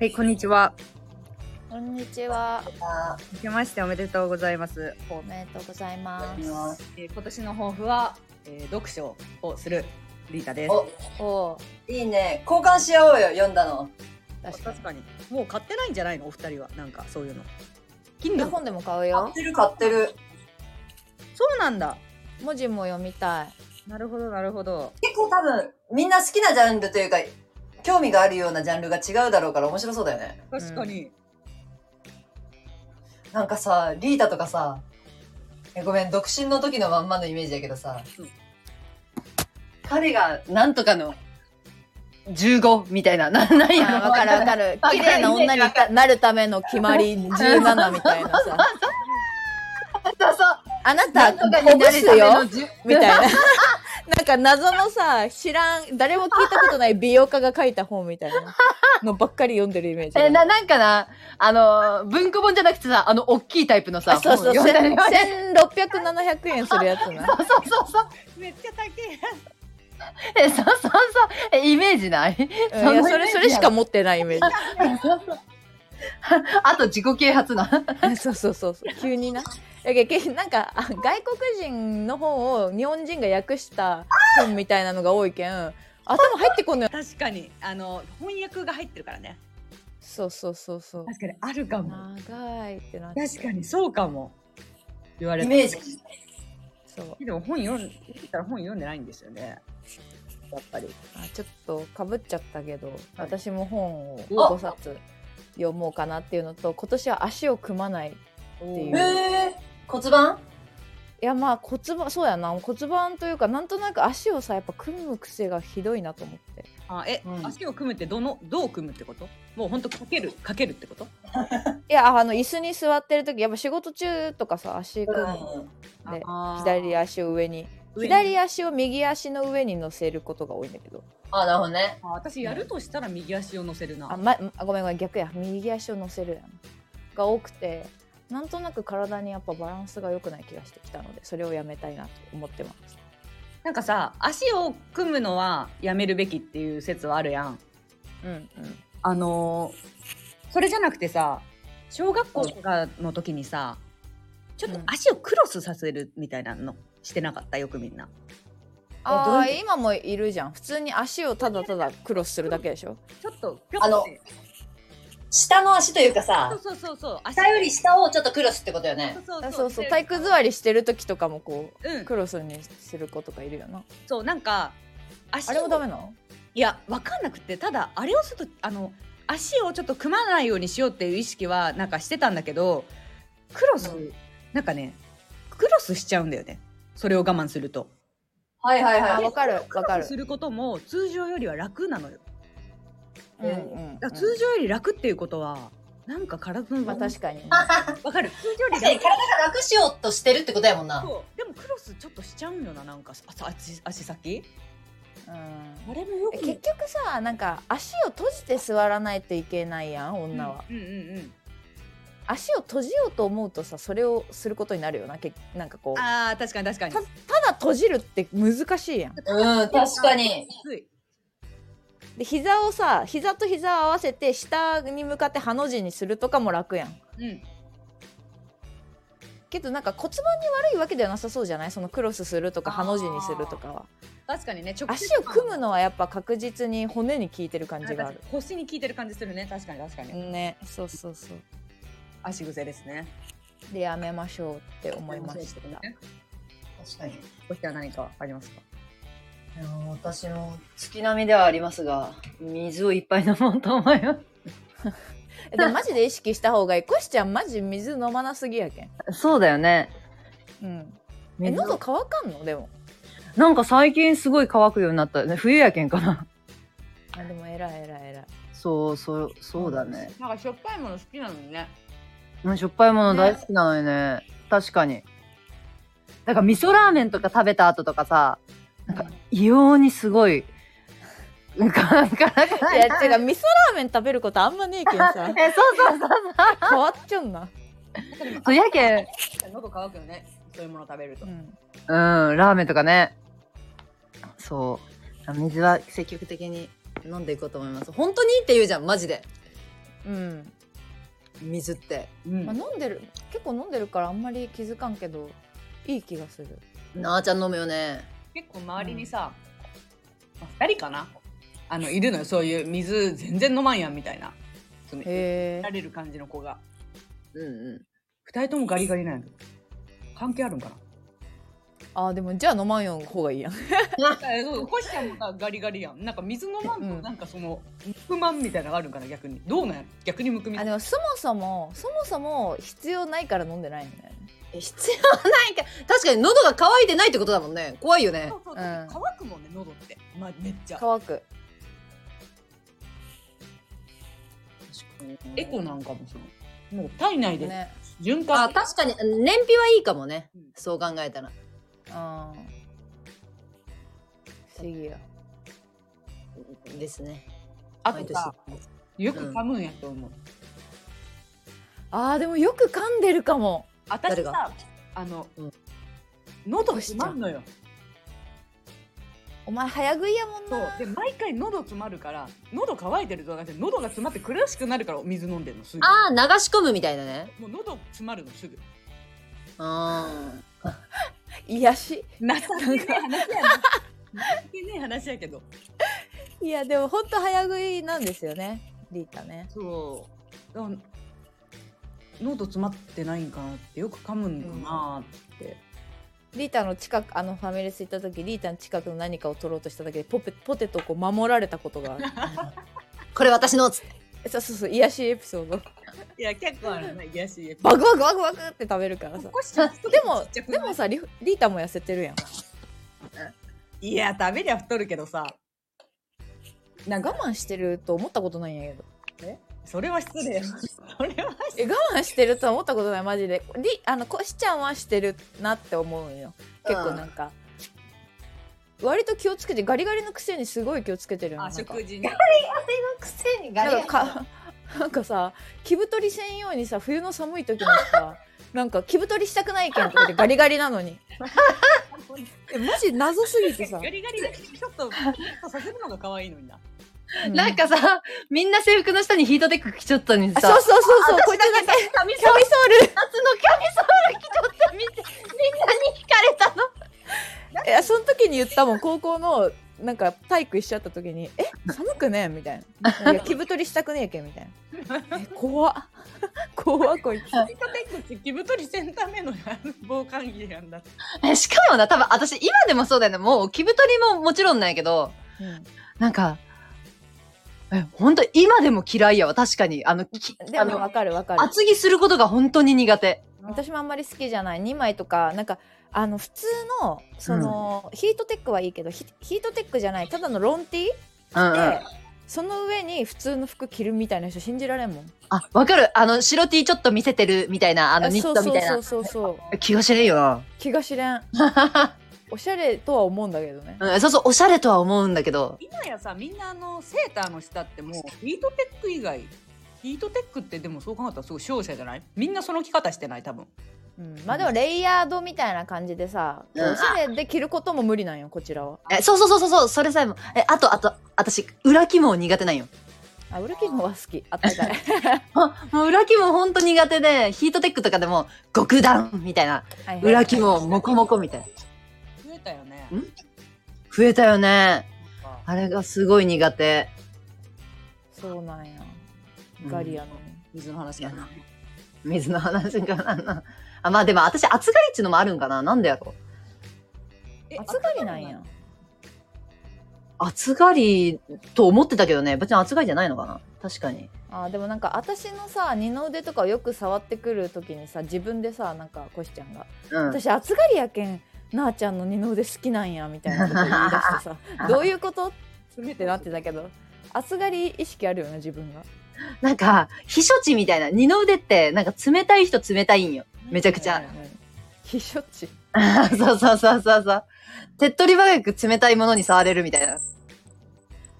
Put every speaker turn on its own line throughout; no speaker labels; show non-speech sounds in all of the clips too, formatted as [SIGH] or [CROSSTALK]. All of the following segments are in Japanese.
はい、こんにちは。
こんにちは。
明けましておめでとうございます。
おめでとうございます。
えー今年の抱負は、えー読書をするリータです。
お
おう
いいね交換し合おうよ読んだの
確か
確かに。もう買ってないんじゃないのお二人は。なんかそういうの。
に。
Kindle
本でも買う
買
よ
っ。てる買ってる
そうなんだ。
文字も読みたい。
なるほど、なるほど。
結構多分みんな好きなジャンルというか興味があるようなジャンルが違うだろうから面白そうだよね
確かに。
なんかさリータとかさえごめん独身の時のまんまのイメージだけどさ、
うん
彼がなんとかの15みたいなななんや
あわかるわかる。綺麗な女になるための決まり17みたいなさ。
そうそう
あなた、
なんとかに
拳
なるため
よ
の10
みたい
[LAUGHS]
な。 [LAUGHS] なんか謎のさ、知らん、誰も聞いたことない美容家が書いた本みたいなのばっかり読んでるイメージがあ
え
る。
ななんかなあの文庫本じゃなくてさあの大きいタイプのさ
そうそう、
本
せ
読ん
ん
だよ
1600、700円するやつな。
そうそうそう
めっちゃ高い。
えそう [LAUGHS] そうそうえイメージない
うんいや、
そ
そ
んなイメー
れ、
ジ
それしか持ってないイメージ。
あと自己啓発な
[LAUGHS] そうそうそうそう急にな。だけどけなんかあ外国人の本を日本人が訳した本みたいなのが多いけん頭入ってこんのよ。
確かに。あの、翻訳が入ってるからね。
そうそうそうそう。
確かに、あるかも。
長いってなって。
確かに、そうかも。言われ
イ
た
メージ
そう。
でも本読ん、見たら本読んでないんですよね。やっぱり。
あちょっとかぶっちゃったけど、私も本を
お
5冊読もうかなっていうのと今年は足を組まない。
って
い
へ
う
え骨盤
いやまあ骨盤そうやな骨盤というかなんとなく足をさやっぱ組む癖がひどいなと思って。
あえ、
うん
足を組むってどのどう組むってこともうほんとかけるかけるってこと
いやあの椅子に座ってる時やっぱ仕事中とかさ足組む。で
足
左足を上に左足を右足の上に乗せることが多いんだけど
あなるほどね
あ私やるとしたら右足を乗せるな、
あ、ま、あごめんごめん逆や右足を乗せるやなが多くてなんとなく体にやっぱバランスが良くない気がしてきたのでそれをやめたいなと思ってます
なんかさ足を組むのはやめるべきっていう説はあるやん
うんうん
あのーそれじゃなくてさ小学校とかの時にさちょっと足をクロスさせるみたいなのしてなかったよくみんな
あー今もいるじゃん普通に足をただただクロスするだけでしょ
ちょっとピョ
あの
て
下の足というか
そ
さ
うそうそうそう足
下より下をちょっとクロスってことよね
そう
あそうそう
で
体育座りしてる時とかもこ
う
うんクロスにする子とかいるよな
そうなんか足
あれもダメなの
いや分かんなくてただあれをするとあの足をちょっと組まないようにしようっていう意識はなんかしてたんだけどクロス、なんかねクロスしちゃうんだよねそれを我慢すると
はいはい
あ
はい
わかるわかる
することも通常よりは楽なのよ
うんうんうん
だから通常より楽っていうことは、なんか体の
まあ確 [LAUGHS] かに
分かる通常より
確かに
楽
体が楽しようとしてるってことやもんな。
そうでもクロスちょっとしちゃうんよななんかあさ足足先
うん
あれもよ
え結局さなんか足を閉じて座らないといけないやん女は、
うんうんうん
足を閉じようと思うとさそれをすることになるよなけなんかこう
あー確かに確かに
たただ閉じるって難しいやん
うん、確かに。
つい
で膝をさ膝と膝を合わせて下に向かってハの字にするとかも楽やん
うん
けどなんか骨盤に悪いわけではなさそうじゃないそのクロスするとか
あー
ハの字にするとかは
確かにね直接
足を組むのはやっぱ確実に骨に効いてる感じがある
腰に効いてる感じするね確かに確かに、
ねそうそうそう
足癖ですね
でやめましょうって思いました
確かに。
腰は何かありますか
私も月並みではありますが、水をいっぱい飲もうと思いま
え [LAUGHS] でもマジで意識した方がいい。コシちゃんマジ水飲まなすぎやけん。
す。そうだよね。
うん。え、
水
喉乾かんのでも。
なんか最近すごい乾くようになったね冬やけんかな
あ、でも偉い偉い偉い。
そうそうそうだね
なんかしょっぱいもの好きなのにね
うんしょっぱいもの大好きなのよね確かにだから味噌ラーメンとか食べた後とかさなんか異様にすごいうんかなんかなんか。
いや、違う、味噌ラーメン食べることあんまねえけんさ [LAUGHS]
えそうそうそう
変わっちゃうな。
そうやけん
喉乾くよねそういうもの食べると、
うん。
うん、ラーメンとかね。そう。水は積極的に飲んでいこうと思います。
本当にって言うじゃん、マジで。
うん、
水って。
うん
まあ、飲んでる結構飲んでるからあんまり気づかんけどいい気がする
なあちゃん飲むよね。
結構周りにさ、まあ、2人かなあのいるのよそういう水全然飲まんやんみたいなそのや
へ
られる感じの子が
うんう
2人ともガリガリなんやけど関係ある
[LAUGHS]
んかな
あーでもじゃあ飲まんよ方がいいやん
えそう星ちゃんもさガリガリやんなんか水飲まんと
うん
なんかその不満みたいなのがあるんかな逆にどうなんや逆にむくみ
あでもそもそもそもそも必要ないから飲んでないんだよね
ん。必要ないけど、確かに喉が渇いてないってことだもんね。怖いよね
そ。うそう
うん
だって乾くもんね喉って、まあ、めっちゃ
乾く
エコなんかもそのもう体内で
ね
循
あ、
環
確かに、燃費はいいかもね
うん。
そう考えたら。
うん不思議や
ですね。
あ
毎
と
年
さよく噛むんやと思う、
あーでもよく噛んでるかも
私
誰
さ
が
あの、
うん
喉詰まんのよ
お前早食いやもん
そう
な
で毎回喉詰まるから喉乾いてるとかじゃ喉が詰まって苦しくなるからお水飲んでるのすぐ
ああ、流し込むみたいなね。
もう喉詰まるのすぐ
ああ。
癒し
情けねえ話やな情けねえ話やけど
いやでもほんと早食いなんですよねリータね
そうだから喉詰まってないんかなってよく噛むんだなって、
リータの近くあのファミレス行った時リータの近くの何かを取ろうとしただけでポペポテトをこう守られたことがある
[LAUGHS] これ私のつって
えそうそうそう癒しエピソード
いや結構あるな癒やしいエピ
バクバクバクバクって食べるからさ
こしちゃん
でも [LAUGHS] でもさリリータも痩せてるやん
いや食べりゃ太るけどさ
なんか我慢してると思ったことないんやけど
それは失礼 [LAUGHS] それは失
え我慢してるとは思ったことないマジでリあのコシちゃんはしてるなって思うんよ結構なんか、割と気をつけてガリガリのくせにすごい気をつけてる
礼
よ
あ
なんか
食事 [LAUGHS] に
くせにガ
なんかか [LAUGHS] なんかさ気太りせんようにさ冬の寒い時に [LAUGHS] さなんか気太りしたくないけんとかでガリガリなのにえマジ謎すぎてさ
ガ、リガリだけどちょっとちょっとさせるのが可愛いのにな
[LAUGHS] う
なんかさ、みんな制服の下にヒートテック着ちゃったのに
あ
さ。
そうそうそうそうこいつだけ
夏のキャミ
キャミソール
ソール着ちゃったみみんなに惹かれたの。
[LAUGHS] いやその時に言ったもん高校のなんか体育しちゃった時に「え寒くね?」みたいな「いや気太りしたくねえけん」みたい
[LAUGHS]
な「え怖っ怖っこいつ」
ヒートテックって気太りせんための防寒着やんだって
えしかもな、多分私今でもそうだよね。もう、気太りももちろんないけど、なんか、え、本当今でも嫌いやわ。確かに。あの、き
で
あ
も
の
わかるわかる
厚着することが本当に苦手。
私もあんまり好きじゃない2枚とかなんかあの普通のその、ヒートテックはいいけどヒヒートテックじゃないただのロンティー
うんうん、
で、その上に普通の服着るみたいな人信じられんもん
あ、わかる。あの、白 T ちょっと見せてるみたいな、あの、
あ
ニットみたい
そう
な。
そうそうそう
気がしねえよな。
気が知れ
[LAUGHS]
んおしゃれとは思うんだけどね
うん、そうそう、おしゃれとは思うんだけど。
今やさみんなあのセーターの下っても [LAUGHS] うヒートテック以外ヒートテックってでもそう考えたらすごい勝者じゃないみんなその着方してない多分
うん、まあでもレイヤードみたいな感じでさ、
うん
おしゃれで着ることも無理なんよこちらは
え、そうそうそうそうそう、それさえも。え、あと、あと、私、裏肝苦手なんよ。
あウルキングは好
[LAUGHS]
きあったかい
あ、もう裏肝ほんと苦手で、ヒートテックとかでも、極段みたいな。
はいはい
裏肝もこもこみたいな。
増えたよね
ん増えたよね。
なんか
あれがすごい苦手。
そうなんやガリアの、
水の話やな
水の話かな。あ、まあでも私、暑がりっちゅうのもあるんかな。なんでやろう。
暑がりなんや
暑がりと思ってたけどね、別に暑がりじゃないのかな。確かに。
あでもなんか私のさ二の腕とかをよく触ってくる時にさ自分でさなんかコシちゃんが「
うん。
私暑がりやけんなあちゃんの二の腕好きなんや」みたいなこと言い出して
[LAUGHS]
さ「どういうこと?」ってなってたけど暑がり意識あるよね自分が
なんか、避暑地みたいな。二の腕って、なんか冷たい人冷たいんよ。めちゃくちゃ。
避暑地
[LAUGHS] そうそうそうそうそう。手っ取り早く冷たいものに触れるみたいな。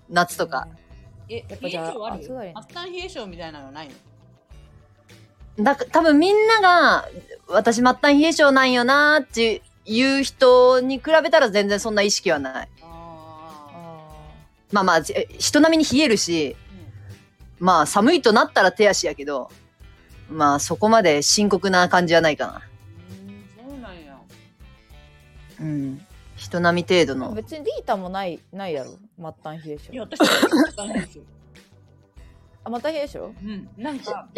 夏とか。
え
やっ
冷
ぱ
え
じゃあ
性ある
暑がりね
末端冷え性みたいなのないの
だか多分みんなが、私末端冷え性なんよなーっていう人に比べたら全然そんな意識はない。
あ
あ
まあまあ、じ人並みに冷えるし、まあ寒いとなったら手足やけど、まあそこまで深刻な感じはないかな。
そうなんや。
うん。人並み程度の。
別にリータもないないやろ末端冷え
い
性
や、私、知らないですよ。
あまた冷え性
うん、なんか、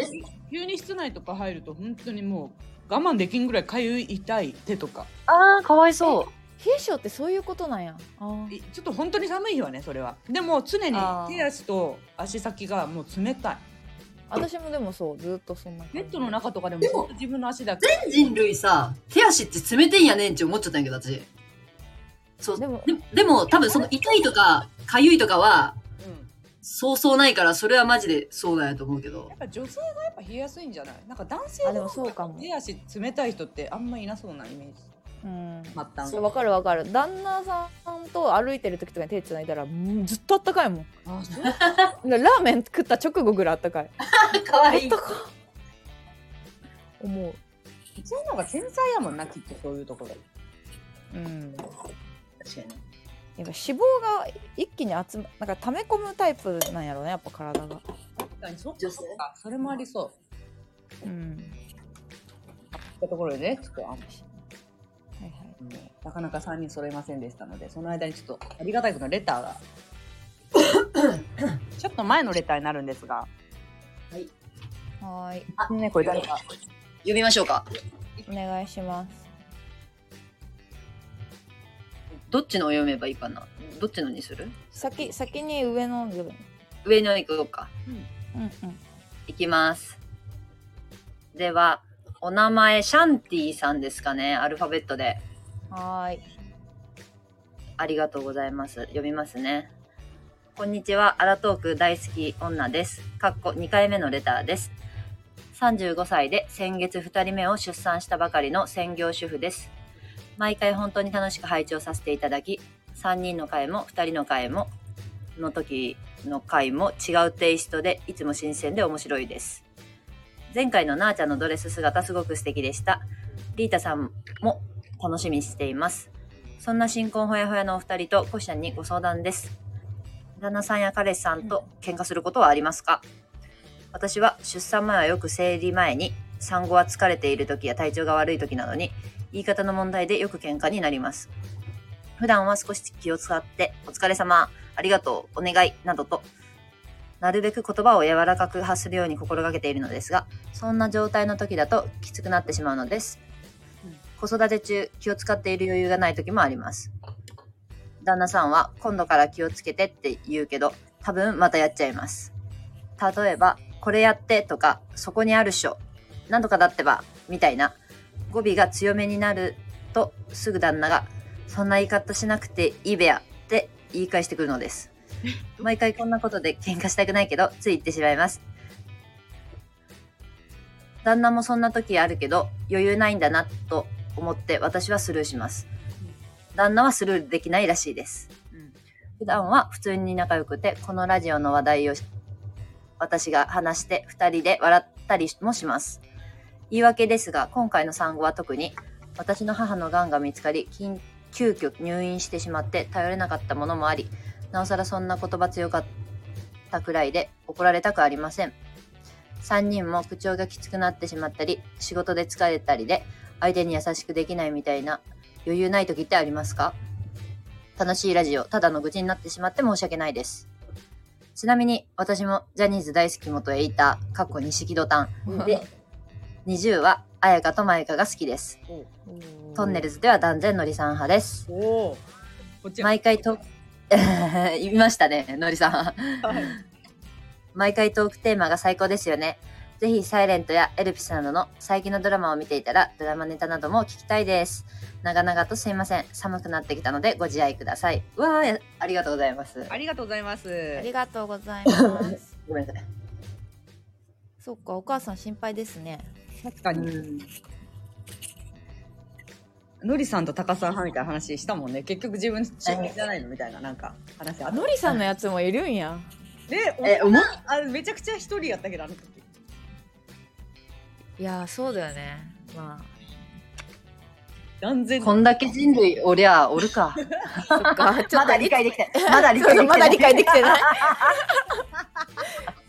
急に室内とか入ると、本当にもう、我慢できんぐらい痒い痛い手とか。
ああ、かわいそう。
冷え性ってそういうことなんやあー
いちょっと本当に寒い日はね、それは。でも、常に
あー
手足と足先がもう冷たい。
私もでもそうずっとそんな感じ
ベッドの中とかでも、
でも
ほんと自分の足だけ。
全人類さ、手足って冷てんやねんって思っちゃったんやけど、私。そう。
で
で
も
も、でも多分その痛いとか、痒いとかは、
うん
そうそうないから、それはマジでそうだよと思うけど
や。っぱ女性がやっぱ冷えやすいんじゃないなんか男性
あでもそうかも
手足冷たい人ってあんまいなそうなイメージ。
うん
末端 [LAUGHS]
そうわかるわかる旦那さんと歩いてる時とかに手つないだらうんずっとあったかいもん
あ、そう
ラーメン食った直後ぐらいあったかい
かわいい。
思う
そういうのが繊細やもんな、きっとそういうところ。
うん
確かに。
やっぱ脂肪が一気に集まなんか溜め込むタイプなんやろねやっぱ体が
確かに、そっか
女性
そっか、それもありそう。
うん
ったところでね、ちょっとあの、
はいはい
うんなかなか3人揃いませんでしたので、その間にちょっとありがたいことのレターが。ちょっと前のレターになるんですが、
はーい
ね、これ誰か。
読みましょうか。
お願いします
どっちのを読めばいいかなどっちのにする
先先に上の部分
上の行こうか。
うんうん
いきます。では、お名前、シャンティさんですかね。アルファベットで。
はーい
ありがとうございます。読みますね。こんにちは。アラトーク大好き女です。かっこ2回目のレターです。35歳で先月2人目を出産したばかりの専業主婦です。毎回本当に楽しく拝聴させていただき、3人の回も2人の回も、の時の回も違うテイストでいつも新鮮で面白いです。前回のなーちゃんのドレス姿すごく素敵でした。リータさんも楽しみにしています。そんな新婚ほやほやのお二人とコシちゃんにご相談です。旦那さんや彼氏さんと喧嘩することはありますか私は出産前はよく生理前に産後は疲れている時や体調が悪い時などに言い方の問題でよく喧嘩になります。普段は少し気を使ってお疲れ様、ありがとう、お願いなどとなるべく言葉を柔らかく発するように心がけているのですが、そんな状態の時だときつくなってしまうのです。子育て中気を使っている余裕がない時もあります旦那さんは今度から気をつけてって言うけど多分またやっちゃいます例えばこれやってとかそこにあるっしょ何とかだってばみたいな語尾が強めになるとすぐ旦那がそんな言い方しなくていいべやって言い返してくるのです毎回こんなことで喧嘩したくないけどつい言ってしまいます旦那もそんな時あるけど余裕ないんだなと思って私はスルーします旦那はスルーできないらしいです、普段は普通に仲良くてこのラジオの話題を私が話して2人で笑ったりもします言い訳ですが今回の産後は特に私の母のがんが見つかり緊急遽入院してしまって頼れなかったものもありなおさらそんな言葉強かったくらいで怒られたくありません3人も口調がきつくなってしまったり仕事で疲れたりで相手に優しくできないみたいな余裕ない時ってありますか楽しいラジオただの愚痴になってしまって申し訳ないですちなみに私もジャニーズ大好き元エイターかっこ錦戸丹で20は彩香と舞香が好きですトンネルズでは断然のりさん派です
おお。こっち
毎回と [LAUGHS] 言いましたねのりさん毎回トークテーマが最高ですよね。ぜひ、サイレントやエルピスなどの最近のドラマを見ていたら、ドラマネタなども聞きたいです。長々とすいません。寒くなってきたので、ご自愛ください。うわー、ありがとうございます。
ありがとうございます。
ありがとうございます [LAUGHS]
ごめんなさい。
そっかお母さん心配ですね
確かに。のりさんと高さん派みたいな話したもんね。結局自分主任じゃないのみたいな、なんか話あった。
のりさんのやつもいるんや
で、
え、おも
あめちゃくちゃ一人やったけど、あの時。
いやーそうだよねまあ
断然。
こんだけ人類おりゃおる [LAUGHS] か。
そ
[LAUGHS]
っかちょっと [LAUGHS]
まだ理解できてない。まだ理解できてない。
まだ理解できてない。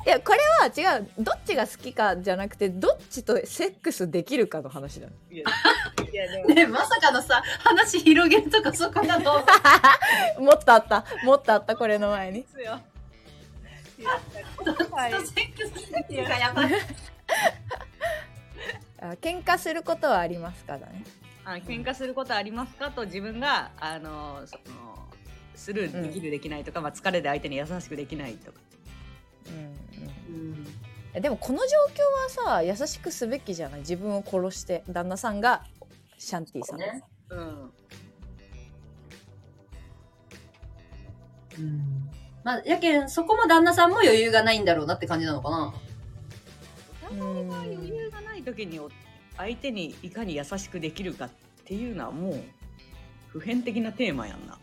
いやこれは違うどっちが好きかじゃなくてどっちとセックスできるかの話だよ
いや
ねまさかのさ、話広げるとかそこだと思っ
もっとあったもっとあったこれの前に
ですよ。
た。セックスっていうかやばい。
あ喧嘩することはありますからね
[LAUGHS] あ喧嘩することありますかと自分があのそのスルーできるできないとか、まあ疲れで相手に優しくできないとか。
うんうん
うん、
いやでもこの状況はさ優しくすべきじゃない自分を殺して旦那さんがシャンティさん、
ね
うん、
まあ、やけん、そこも旦那さんも余裕がないんだろうなって感じなのかな。
うん
余裕がない時にお相手にいかに優しくできるかっていうのはもう普遍的なテーマやんな。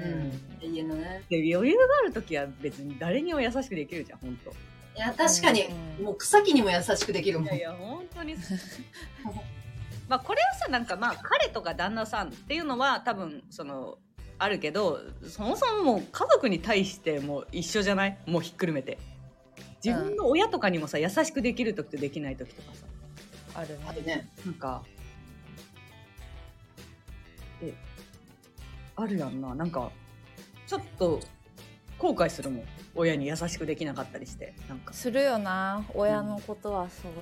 うん。永遠のね。
で余裕がある時は別に誰にも優しくできるじゃん本当。
いや、確かに、
うん
もう草木にも優しくできるも
い
ん
や。いや本当に [LAUGHS] まあこれはさなんかまあ彼とか旦那さんっていうのは多分そのあるけどそもそももう家族に対してもう一緒じゃないもうひっくるめて自分の親とかにもさ優しくできる時とできない時とかさ
あるね
あとね、
なんかえあるやんななんかちょっと後悔するもん親に優しくできなかったりしてなんか
するよな親のことはそう、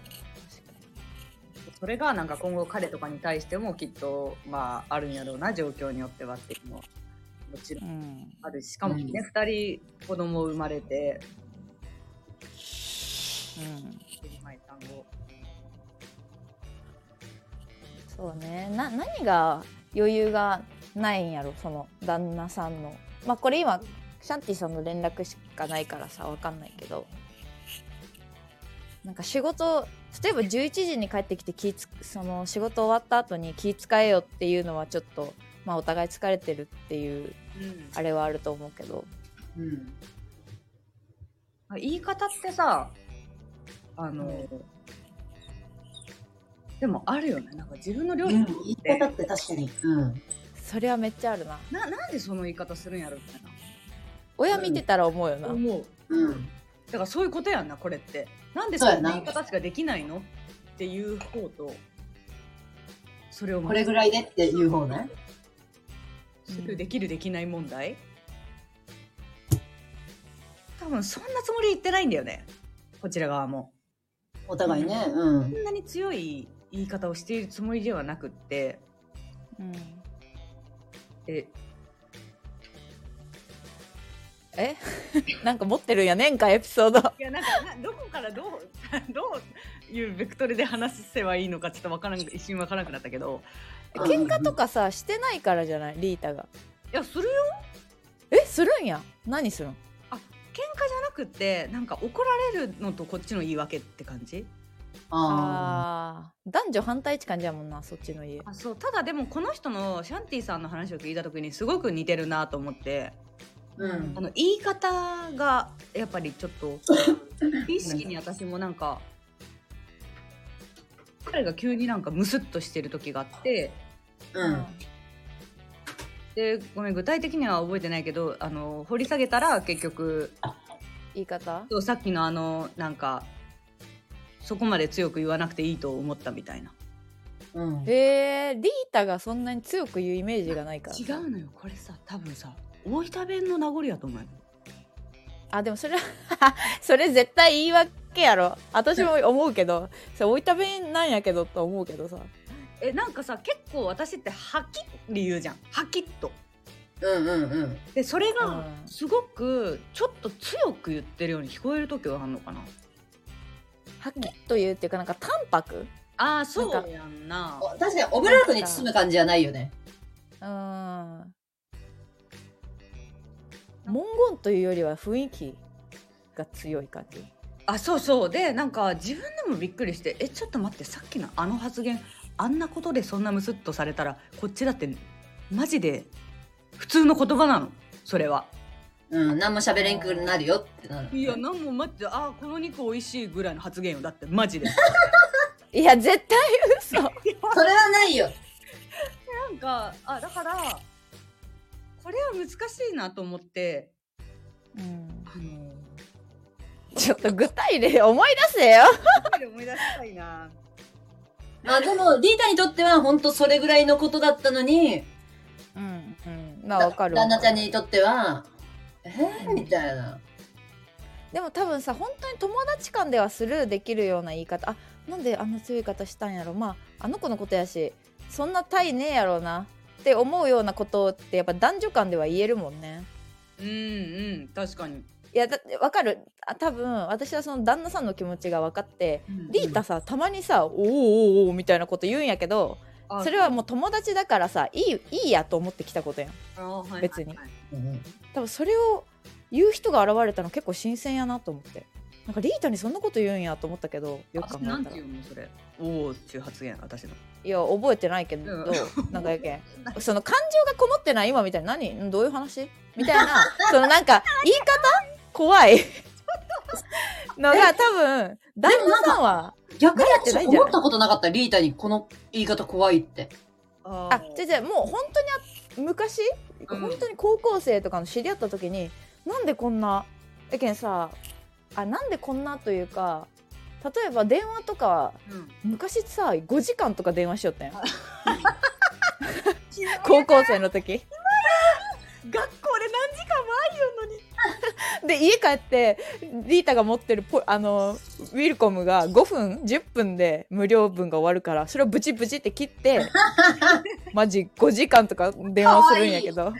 それがなんか今後彼とかに対してもきっとまああるんやろうな状況によってはっていうのはもちろん
うん
あるししかもね、二2人子供生まれて
うん、
前産後
そうねな何が余裕がないんやろその旦那さんのまあこれ今シャンティさんの連絡しかないからさわかんないけどなんか仕事例えば11時に帰ってきて気つその仕事終わった後に気使えよっていうのはちょっと、まあ、お互い疲れてるっていうあれはあると思うけど
うん。
まあ言い方ってさあの、でもあるよねなんか自分の料理
言い方って確かに。うん。
それはめっちゃあるな
ななんでその言い方するんやろみたい
親見てたら思うよな、
な思う
うん。
だからそういうことやんなこれってなんで
そ
そうう
や
いう
な
言い方しかできないのっていう方とそれを
これぐらいでっていう方ね。
するできるできない問題多分そんなつもり言ってないんだよねこちら側も
お互いね。うん。
そんなに強い言い方をしているつもりではなくって
うん、
え
えなんか持ってるんやねんかエピソード
いやなんかなどこからどう [LAUGHS] どういうベクトルで話せばいいのかちょっとわからん一瞬わからなくなったけど
喧嘩とかさしてないからじゃないリータが
いやするよ
えするんや何するん
喧嘩じゃなくってなんか怒られるのとこっちの言い訳って感じ
あ
あー男女反対値感じやもんなそっちの家
あそうただでもこの人のシャンティさんの話を聞いた時にすごく似てるなと思って
あ。うん
あ。の言い方がやっぱりちょっ [LAUGHS] と美意識に私もなんか彼が急になんかムスッとしてる時があって
うん。
でごめん具体的には覚えてないけどあの掘り下げたら結局
言い方
そうさっきのあのなんかそこまで強く言わなくていいと思ったみたいな
うん。
えー、リータがそんなに強く言うイメージがないから
違うのよこれさ多分さ大分弁の名残やと思うよ
あでもそれは [LAUGHS] それ絶対言い訳やろ私も思うけどそれ置いた弁なんやけどと思うけどさ
えなんかさ結構私ってはきっ理由じゃんはきっと
うんうんうん。
でそれ
う
が
ん
すごくちょっと強く言ってるように聞こえる時はあんのかな
はっきりと言うっていうかなんか淡白
ああ
そう
やんな
確かにオブラートに包む感じじゃないよね。
うん文言というよりは雰囲気が強い感じ
あそうそうでなんか自分でもびっくりしてえちょっと待ってさっきのあの発言あんなことでそんなムスッとされたらこっちだってマジで普通の言葉なのそれは
うん。何も喋れんくなるよってなる。
いやなんも待ってああこの肉美味しいぐらいの発言よだってマ [LAUGHS] ジで
いや絶対
[LAUGHS]
嘘
それはないよ。
なんかあだからこれは難しいなと思って
うん
あの
ちょっと具体例思い出せよ。
思い出したいな。
まあでも、リータにとっては本当それぐらいのことだったのに、
うんうん。まあわかるわ
旦那ちゃん
かる
にとっては、えー、みたいな。
でも多分さ本当に友達間ではスルーできるような言い方あなんであんな強い言い方したんやろまああの子のことやしそんな体ねえやろなって思うようなことってやっぱ男女間では言えるもんね。
うんうん確かに。
いやだってわかるあ多分私はその旦那さんの気持ちが分かってリータさたまにさ「おーおーおーみたいなこと言うんやけど
あ
それはもう友達だからさいいいいやと思ってきたことやん
あはいはい
別に
はい
うん
多分それを言う人が現れたの結構新鮮やなと思ってなんかリータにそんなこと言うんやと思ったけどよく考
私
えた
なん
ら
ていうのそれ。おおっていう発言私の。
いや覚えてないけど、
うん
なんかや
[LAUGHS]
けんその感情がこもってない今みたいな何んどういう話みたいな [LAUGHS] そのなんか言い方
[LAUGHS]
怖いのが多分旦那さんは
逆に
って
私
ないんじゃない
思ったことなかった、リータにこの言い方怖いって。
あ
あじゃあじゃあもう本当にあ昔、
うん
本当に高校生とかの知り合った時になんでこんなやけんさあなんでこんなというか例えば電話とか
うん
昔さ5時間とか電話しよった
[LAUGHS]
やん高校生の時
学校で何時間も愛よのに。
で家帰ってリータが持ってるポあのウィルコムが5分10分で無料分が終わるからそれをブチブチって切って
[LAUGHS]
マジ5時間とか電話するんやけど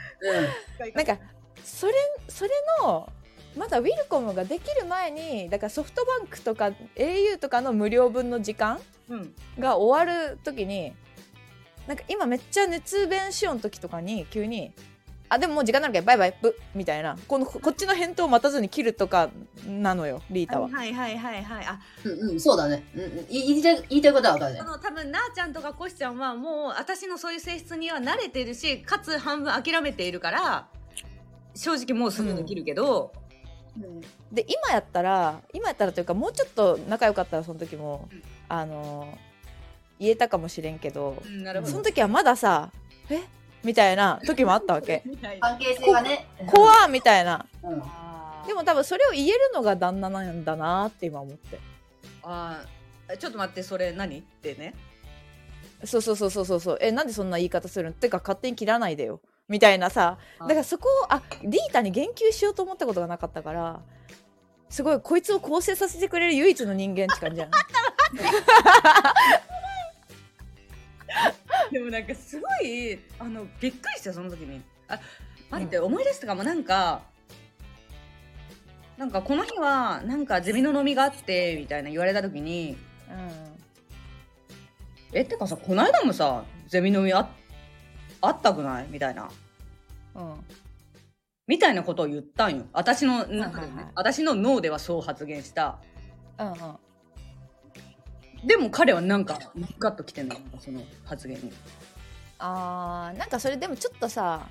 なんかそれそれのまだウィルコムができる前にだからソフトバンクとか au とかの無料分の時間
うん
が終わる時になんか今めっちゃ熱弁しよん時とかに急に「あでももう時間なのけんバイバイブみたいなこのこっちの返答を待たずに切るとかなのよリータは。
はいはいはいはいあ
うん。うんうん、そうだね。うんうん、い言いたい言いたいことは分かるね
あ。の多分なあちゃんとかこしちゃんはもう私のそういう性質には慣れてるしかつ半分諦めているから正直もうすぐできるけど、
で今やったら今やったらというかもうちょっと仲良かったらその時も、
うん
あの言えたかもしれんけど、
うんなるほ
そ
ど。
の時はまださ「えみたいな時もあったわけ
みたいな
関係性がね。
怖っみたいな
うん
あ
でも多分それを言えるのが旦那なんだなって今思って
あーちょっと待ってそれ何ってね
そうそうそうそうそうそうえなんでそんな言い方するんってか勝手に切らないでよみたいなさだからそこをあリータに言及しようと思ったことがなかったからすごいこいつを構成させてくれる唯一の人間って感じじゃない
でもなんかすごいあのびっくりしたその時にあ待って、思い出したかもなんかなんかこの日はなんかゼミの飲みがあってみたいな言われた時にえってかさこの間もさゼミ飲みああったくないみたいな
[LAUGHS] うんうん
みたいなことを言ったんよ私の中でね、
はいはいはい
私の脳ではそう発言した
うんうん
でも彼はなんかガッときてんのなんかその発言に
あーなんかそれでもちょっとさ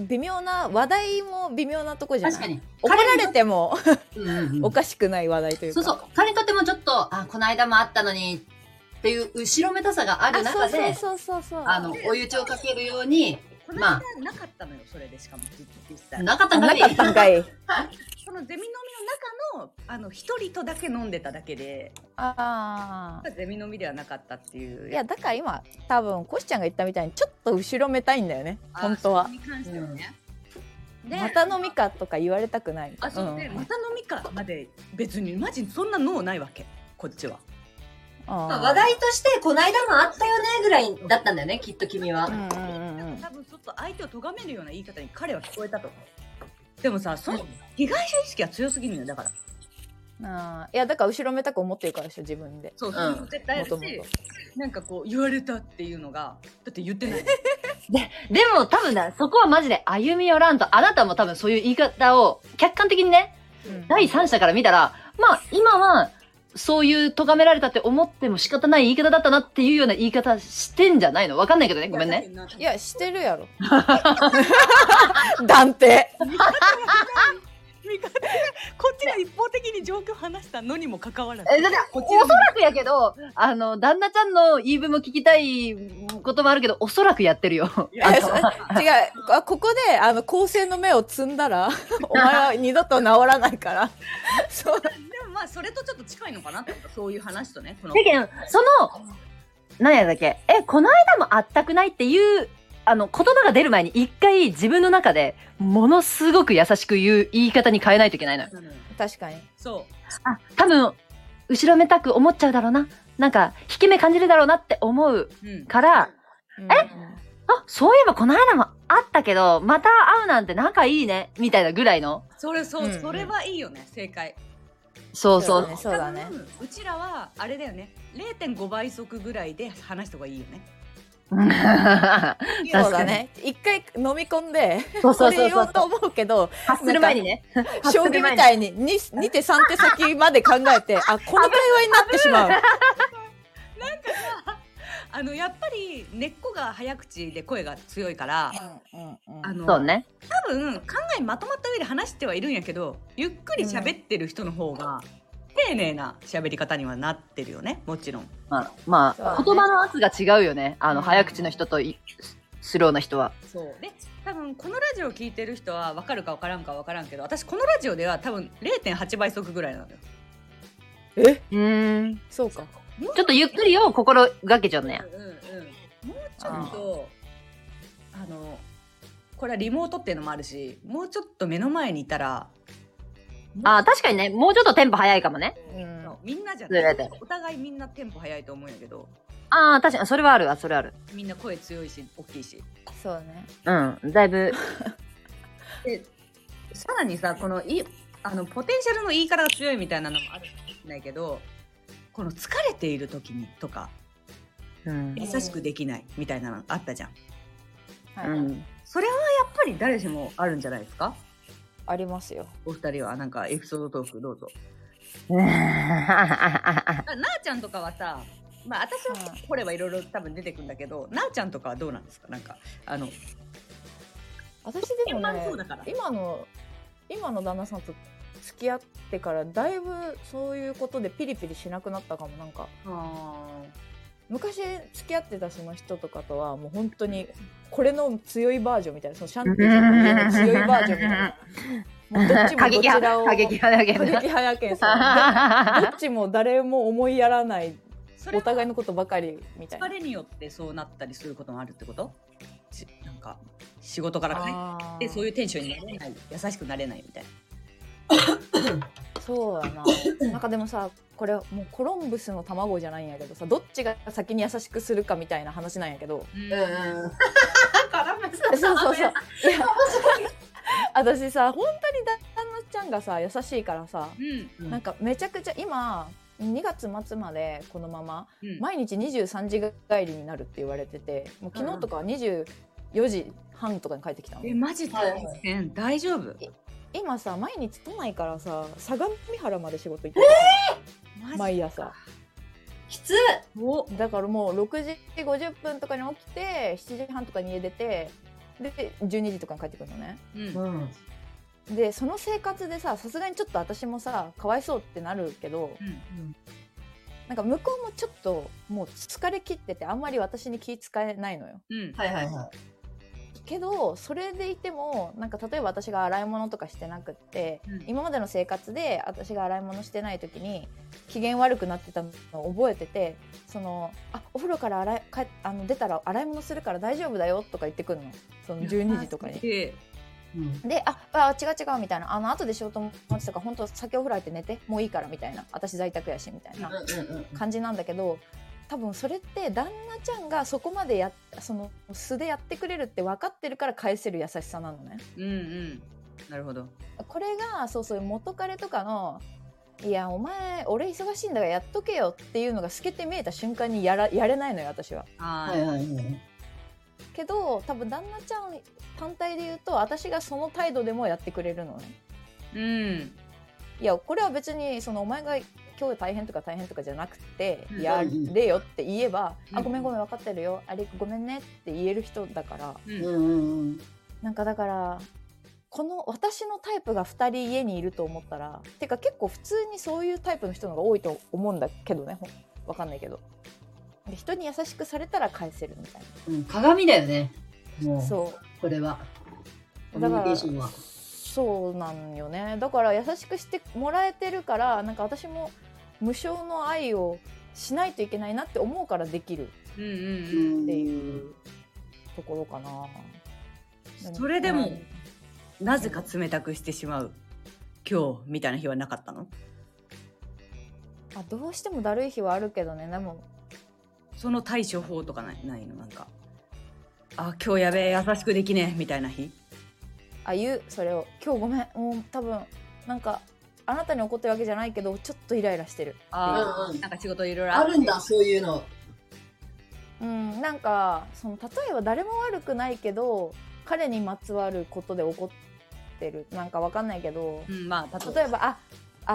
微妙な話題も微妙なとこじゃ
確か
ない
に。
怒られても
うんうんう
お
ん
かしくない話題という
そ
か
うそう。彼にとってもちょっと、あ、この間もあったのに、っていう後ろめたさがある
あそ
中
うそう
で、
そうそうそう
あの、追い打ちをかけるように、
この
ま
間なかったのよそれでしかも実実際
なかった
あ
んか
ないかったんかい
そのゼミ飲みの中のあの一人とだけ飲んでただけで
[LAUGHS] ああ
ゼミ飲みではなかったっていう
いやだから今多分コシちゃんが言ったみたいにちょっと後ろめたいんだよね本当は
に関してはね、で
また飲みかとか言われたくない
あそうで、また飲みかまで別にマジそんな脳ないわけこっちは
まあ
話
話題として、この間もあったよね、ぐらいだったんだよね、きっと君は。
うんうんうんうん
多分ちょっと相手を咎めるような言い方に彼は聞こえたと思うでもさその被害者意識は強すぎるのよだから
あーいやだから後ろめたく思ってるからでしょ自分で
そう
うん
そう絶対あ
も
るし
ともと
なんかこう言われたっていうのがだって言ってない
でも多分な、そこはマジで歩み寄らんと、あなたも多分そういう言い方を客観的にね、第三者から見たら、まあ今は、そういう咎められたって思っても仕方ない言い方だったなっていうような言い方してんじゃないのわかんないけどね、ごめ
[LAUGHS]
んね。
いやしてるやろ [LAUGHS] 断定
味方がこっちが一方的に状況話したのにもかかわらず
え、だって、おそらくやけど、あの、旦那ちゃんの言い分も聞きたいこともあるけど、おそらくやってるよ。
い
あそう違うあここであの構成の目を摘んだら [LAUGHS] お前は二度と治らないからそう
であそれとちょっと近いのかなってことそういう話とねこの
だけど、その、何やだっけ、え、この間もあったくないっていう、あの、言葉が出る前に一回自分の中で、ものすごく優しく言う言い方に変えないといけないのよ。
確かに。
そう
あ、多分、後ろめたく思っちゃうだろうな。なんか、引き目感じるだろうなって思う
うん
から、
え
あ、そういえばこの間もあったけど、また会うなんて仲いいね、みたいなぐらいの。
それそう、
うんうん
それはいいよね正解
そうそう。
ねそうだね
多。分うちらはあれだよね0.5倍速ぐらいで話した方がいいよね
そうだね。一回飲み込んで、
そうそ
そうれ
そう
言
そ
おう
う。
と思うけど、
[LAUGHS] [LAUGHS] 発する前にね。
将棋みたいに 2, 2手3手先まで考えて、あ、この会話になってしまう。
あのやっぱり根っこが早口で声が強いから、
うんうん
あの
そうね。
多分考えまとまった上で話してはいるんやけどゆっくり喋ってる人の方が丁寧な喋り方にはなってるよねもちろん。
まあ、ま
そうだ
あ
ね
言葉の圧が違うよね。あの、
うん
早口の人といスローの人は。
そうで多分このラジオを聞いてる人は分かるか分からんか分からんけど私このラジオでは多分0.8倍速ぐらいなのよ。
え
うん。
そうか。
ちょっとゆっくりを心がけちゃうね。
うんうんうん、もうちょっとあのこれはリモートっていうのもあるしもうちょっと目の前にいたら
ああ、確かにね、もうちょっとテンポ早いかもね。
うん
みんなじゃ
ず
な
れ
い
て
お互いみんなテンポ早いと思うんやけど
ああ、確かに、それはあるわ、それはある。
みんな声強いし大きいし。
そうね。
うん、だいぶ。
さらにさこのいあのポテンシャルの言い方が強いみたいなのもあるかもしれないけどこの疲れている時にとか
うん。
優しくできないみたいなのあったじゃんや
はい
うん、
それはやっぱり誰しもあるんじゃないですか
ありますよ。
お二人はなんかエピソードトークどうぞあなあちゃんとかはさまあ私は
は
これはいろいろ多分出てくるんだけど、なあちゃんとかはどうなんですかなんかあの
私でも
今
ね
そうだから
今の今の旦那さんと付き合ってからだいぶそういうことでピリピリしなくなったかもなんか昔付き合ってたその人とかとはもう本当にこれの強いバージョンみたいなそのシャンティさんの家の強いバージョンみたいなもうどっち
過
もどち
激派
らを
過激派だけ
過
どな
激。早けんさどっちも誰も思いやらない
それ
お互
は
いのことばかりみたい
疲
な
れによってそうなったりすることもあるってことしなんか仕事から帰
あ
って
ー
そういうテンションになれない優しくなれないみたいな
そうだななんかでもさこれもうコロンブスの卵じゃないんやけどさどっちが先に優しくするかみたいな話なんやけどそうそうそういや私さ本当に旦那ちゃんがさ優しいからさ、
うん
なんかめちゃくちゃ今2月末までこのまま、
うん
毎日23時帰りになるって言われててもう昨日とかは24時半とかに帰ってきたの、
えマジ大変大丈夫
今さ毎日都内からさ相模原まで仕事行って
マジ
毎朝
きつ
お
だからもう6時50分とかに起きて7時半とかに家出てで12時とかに帰ってくるのね
うん
うん。
でその生活でささすがにちょっと私もさかわいそうってなるけど
うん
なんか向こうもちょっともう疲れ切っててあんまり私に気使えないのよ
うん
はいはいは
けどそれでいてもなんか例えば私が洗い物とかしてなくって、
うん
今までの生活で私が洗い物してない時に機嫌悪くなってたのを覚えててそのあお風呂から洗いかあの出たら洗い物するから大丈夫だよとか言ってくるのその12時とかに。
で
で、あ、あ、違う違うみたいな、あの、後でしようと思ってたから、本当先お風呂入って寝て、もういいからみたいな、私在宅やしみたいな感じなんだけど、多分それって旦那ちゃんがそこまでや、その素でやってくれるって分かってるから返せる優しさなのね。
うんうんなるほど
これが、そうそう、元彼とかの、いや、お前、俺忙しいんだからやっとけよっていうのが透けて見えた瞬間にやら、やれないのよ、私は。
あ
い
ー
はい。
けど、多分旦那ちゃん単体で言うと、私がその態度でもやってくれるのね。
うん
いやこれは別にそのお前が今日大変とか大変とかじゃなくて、
うん
やれよって言えば、
うん
あごめんごめん分かってるよあれごめんねって言える人だから
うん
なんかだからこの私のタイプが2人家にいると思ったらてか結構普通にそういうタイプの人の方が多いと思うんだけどねほんわかんないけどで人に優しくされたら返せるみたい
うん鏡だよね。
な
もう、
そう
これは。
だから
ンは。
そうなんよねだから優しくしてもらえてるからなんか私も無償の愛をしないといけないなって思うからできる
うんうんうん
って
ん
いうところかな。
それでも
うん
なぜか冷たくしてしまう今日みたいな日はなかったの
あどうしてもだるい日はあるけどねでも
その対処法とかないないのなんかあ今日やべえ優しくできねえみたいな日
あ言うそれを「今日ごめんもう多分なんかあなたに怒ってるわけじゃないけどちょっとイライラしてる」
あー、
うんうん
なんか仕事いろいろ
あ
って
るんだ、そういうの。
うん、なんかその例えば誰も悪くないけど彼にまつわることで怒ってるなんかわかんないけど
うんまあ
例えばあ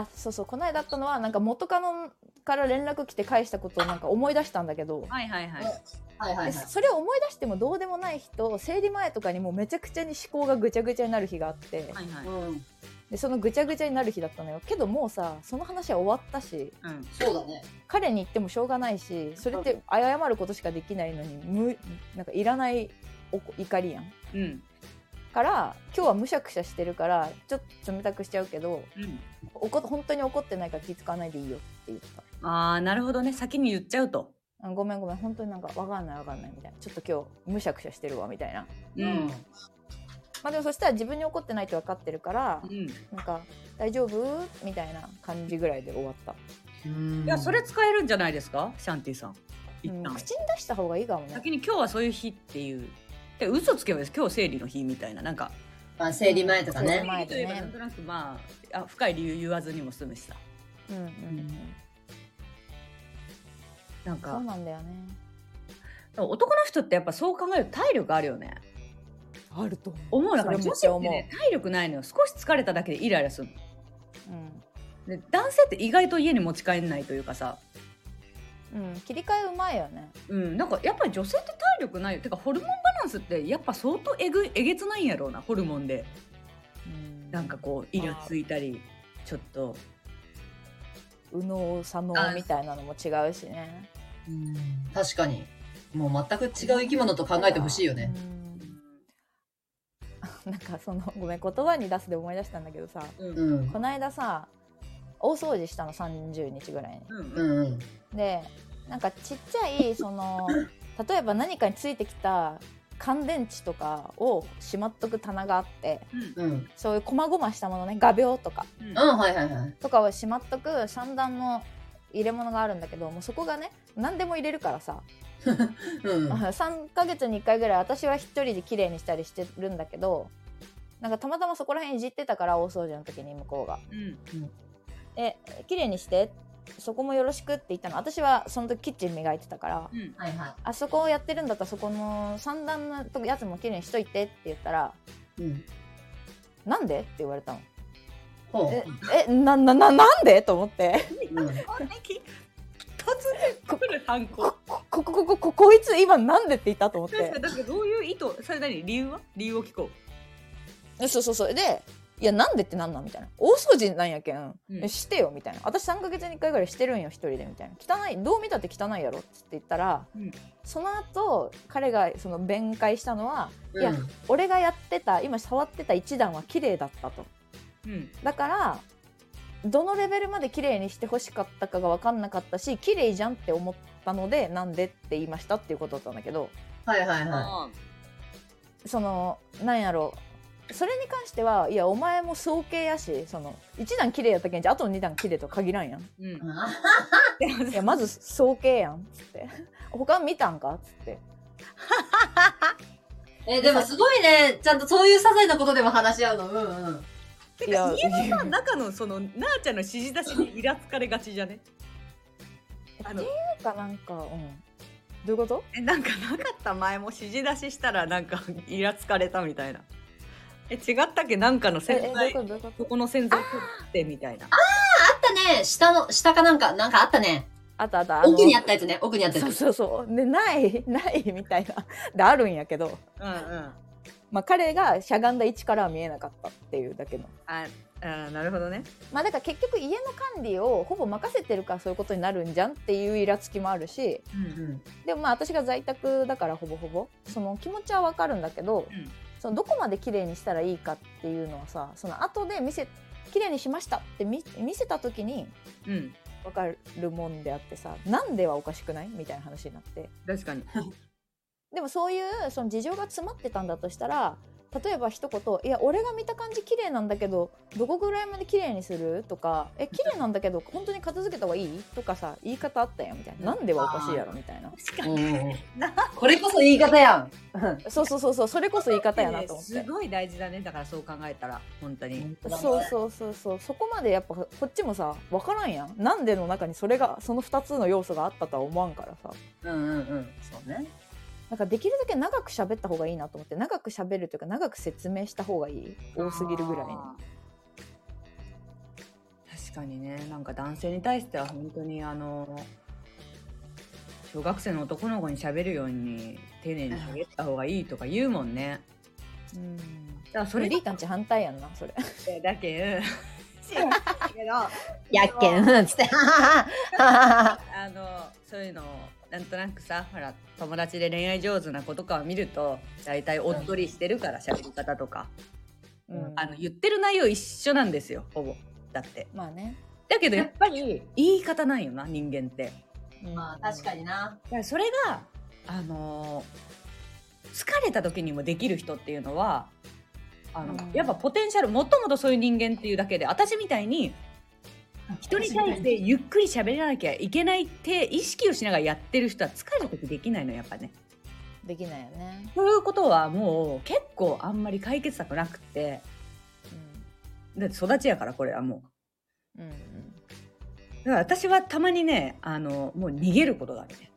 あそうそうこの間あったのはなんか元カノから連絡来て返したことをなんか思い出したんだけど
はいはいはい
はいは
で
いはい。
それを思い出してもどうでもない人生理前とかにもうめちゃくちゃに思考がぐちゃぐちゃになる日があって
はいはい
うん、
でそのぐちゃぐちゃになる日だったのよけどもうさその話は終わったし
うん
そうだね。
彼に言ってもしょうがないしそれって謝ることしかできないのにむなんかいらないおこ怒りやん。
うん
から今日はむしゃくしゃしてるからちょっと冷たくしちゃうけど
うん
おこ本当に怒ってないから気付かないでいいよって言った
ああなるほどね先に言っちゃうと
あごめんごめん本当になんかわかんないわかんないみたいなちょっと今日むしゃくしゃしてるわみたいな
うん
まあでもそしたら自分に怒ってないって分かってるから
うん
なんか大丈夫みたいな感じぐらいで終わった、
うん。
いやそれ使えるんじゃないですかシャンティさん一
うん
旦、
口に出した方がいいかもね
先に今日はそういう日っていうで嘘つけばいいです今日生理の日みたいななんか
まあ、生理前とか
生理
ね。
前
と
と
い
ね
えばなんとなくまああ深い理由言わずにも済むしさ
うんうんうん
なん
そ
か
うなんだよね
男の人ってやっぱそう考えると体力あるよね
あると思
思うなんか
それめ
女
っちゃ
子って、
思う
ね、体力ないのよ少し疲れただけでイライラする
う
ので男性って意外と家に持ち帰んないというかさ
うん、うん、切り替えうまいよね
うん、なんかやっぱり女性って体力ないよてかホルモンバランスってやっぱ相当えぐえげつないんやろうなホルモンで
うん
なんかこうイラついたりちょっと
右脳左脳みたいなのも違うしね
うん確かに。もう全く違う生き物と考えてほしいよね。
うん [LAUGHS] なんかそのごめん言葉に出すで思い出したんだけどさ
うん
こ。の間さ大掃除したの30日ぐらいに。
うん
うんうん。
でなんかちっちゃいその例えば何かについてきた乾電池とかをしまっとく棚があって
うん。
そういう細々したものね画鋲とか
うん、はいはいはい。
とかをしまっとく三段の入れ物があるんだけどもうそこがね何でも入れるからさ
うん。
[LAUGHS] 3ヶ月に1回ぐらい私は一人で綺麗にしたりしてるんだけどなんかたまたまそこら辺いじってたから大掃除の時に向こうが
うん
「え綺麗にしてそこもよろしく」って言ったの私はその時キッチン磨いてたから
はいは
「あそこをやってるんだったらそこの三段のとこやつも綺麗にしといて」って言ったら
い。うん。
「なんで?」って言われたの「
ほ
ええななななんで?」と思って
う。うん。
突然来る反
「こ
抗
ここここここいつ今なんで?」って言ったと思っ
[LAUGHS]
て
確かに確かにどういう意図それ何理由は理由を聞こ
えそうそうそうで「いやなんでってなんなん?」みたいな「大掃除なんやけん、
うん
えしてよ」みたいな「私3ヶ月に1回ぐらいしてるんよ一人で」みたいな「汚いどう見たって汚いやろ」っつって言ったら、
うん
その後彼がその弁解したのは「いや
うん
俺がやってた今触ってた一段は綺麗だった」と。
ううん
だからどのレベルまで綺麗にしてほしかったかが分かんなかったし綺麗じゃんって思ったのでなんでって言いましたっていうことだったんだけど
はいはいは
あ
そのなんやろうそれに関してはいやお前も早計やしその1段綺麗やったけんじゃあとの2段綺麗とは限らんやん
ーうん
い。あ
いやまず早計やんっつって [LAUGHS] 他見たんかっつって
え、でもすごいね。ちゃんとそういう些細なことでも話し合うの。うんうん。
て
いや
か家のさ中のそのなあちゃんの指示出しにイラつかれがちじゃねあの
なんかなんかうんどういうこと
えなんかなかった前も指示出ししたらなんか [LAUGHS] イラつかれたみたいなえ違ったっけなんかの
ええ
洗
どういう
剤
ことどういうこ
そ
と
この洗剤取ってみたいな
あったね。下の、下かなんか、なんかあったね。
あったあったあの
奥にあったやつね。奥にあったや
そう
つ。
そうそうでないないみたいなであるんやけど
うんうん
まあ彼がしゃがんだ位置からは見えなかったっていうだけの
ああーなるほどね
まあだから結局家の管理をほぼ任せてるからそういうことになるんじゃんっていうイラつきもあるし
うん。
でもまあ私が在宅だからほぼほぼその気持ちはわかるんだけど、
うん
そのどこまで綺麗にしたらいいかっていうのはさその後で見せ綺麗にしましたって見見せた時に
うん
分かるもんであってさなんではおかしくないみたいな話になって
確かに
でもそういうその事情が詰まってたんだとしたら例えば一言「いや俺が見た感じ綺麗なんだけどどこぐらいまで綺麗にする?」とか「え綺麗なんだけど本当に片付けた方がいい?」とかさ言い方あったやんみたいな「なんではおかしいやろ」みたいな
うん [LAUGHS] これこそ言い方やん。
そうそうそうそうそれこそ言い方やなと思って
す。ごい大事だねだからそう考えたら本当に
そうそうそうそうそこまでやっぱこっちもさ分からんやんなんでの中にそれがその2つの要素があったとは思わんからさ
うんうんうん。そうね。
なんかできるだけ長く喋った方がいいなと思って長く喋るというか長く説明した方がいい多すぎるぐらいに
あー確かにねなんか男性に対しては本当にあの小学生の男の子に喋るように丁寧に喋った方がいいとか言うもんね
うん
だからそ
それ
れ
リータンち反対やんなそれ
だけん
やっけん。 [LAUGHS] つって。
あのそういうのをなんとなくさほら友達で恋愛上手な子とかを見ると大体おっとりしてるから喋り方とか、
うん
あの言ってる内容一緒なんですよほぼだって
まあね、
だけどやっぱり言い方なんよな人間って。
うん
まあ確かにな。
だからそれが、あのー疲れた時にもできる人っていうのはあの、
うん
やっぱポテンシャルもともとそういう人間っていうだけで私みたいに人に対してゆっくり喋らなきゃいけないって意識をしながらやってる人は疲れた時できないのやっぱね。
できないよね、
ということはもう結構あんまり解決策なくってだって育ちやからこれはも
うんうん
う。だから私はたまにねあのもう逃げることだけね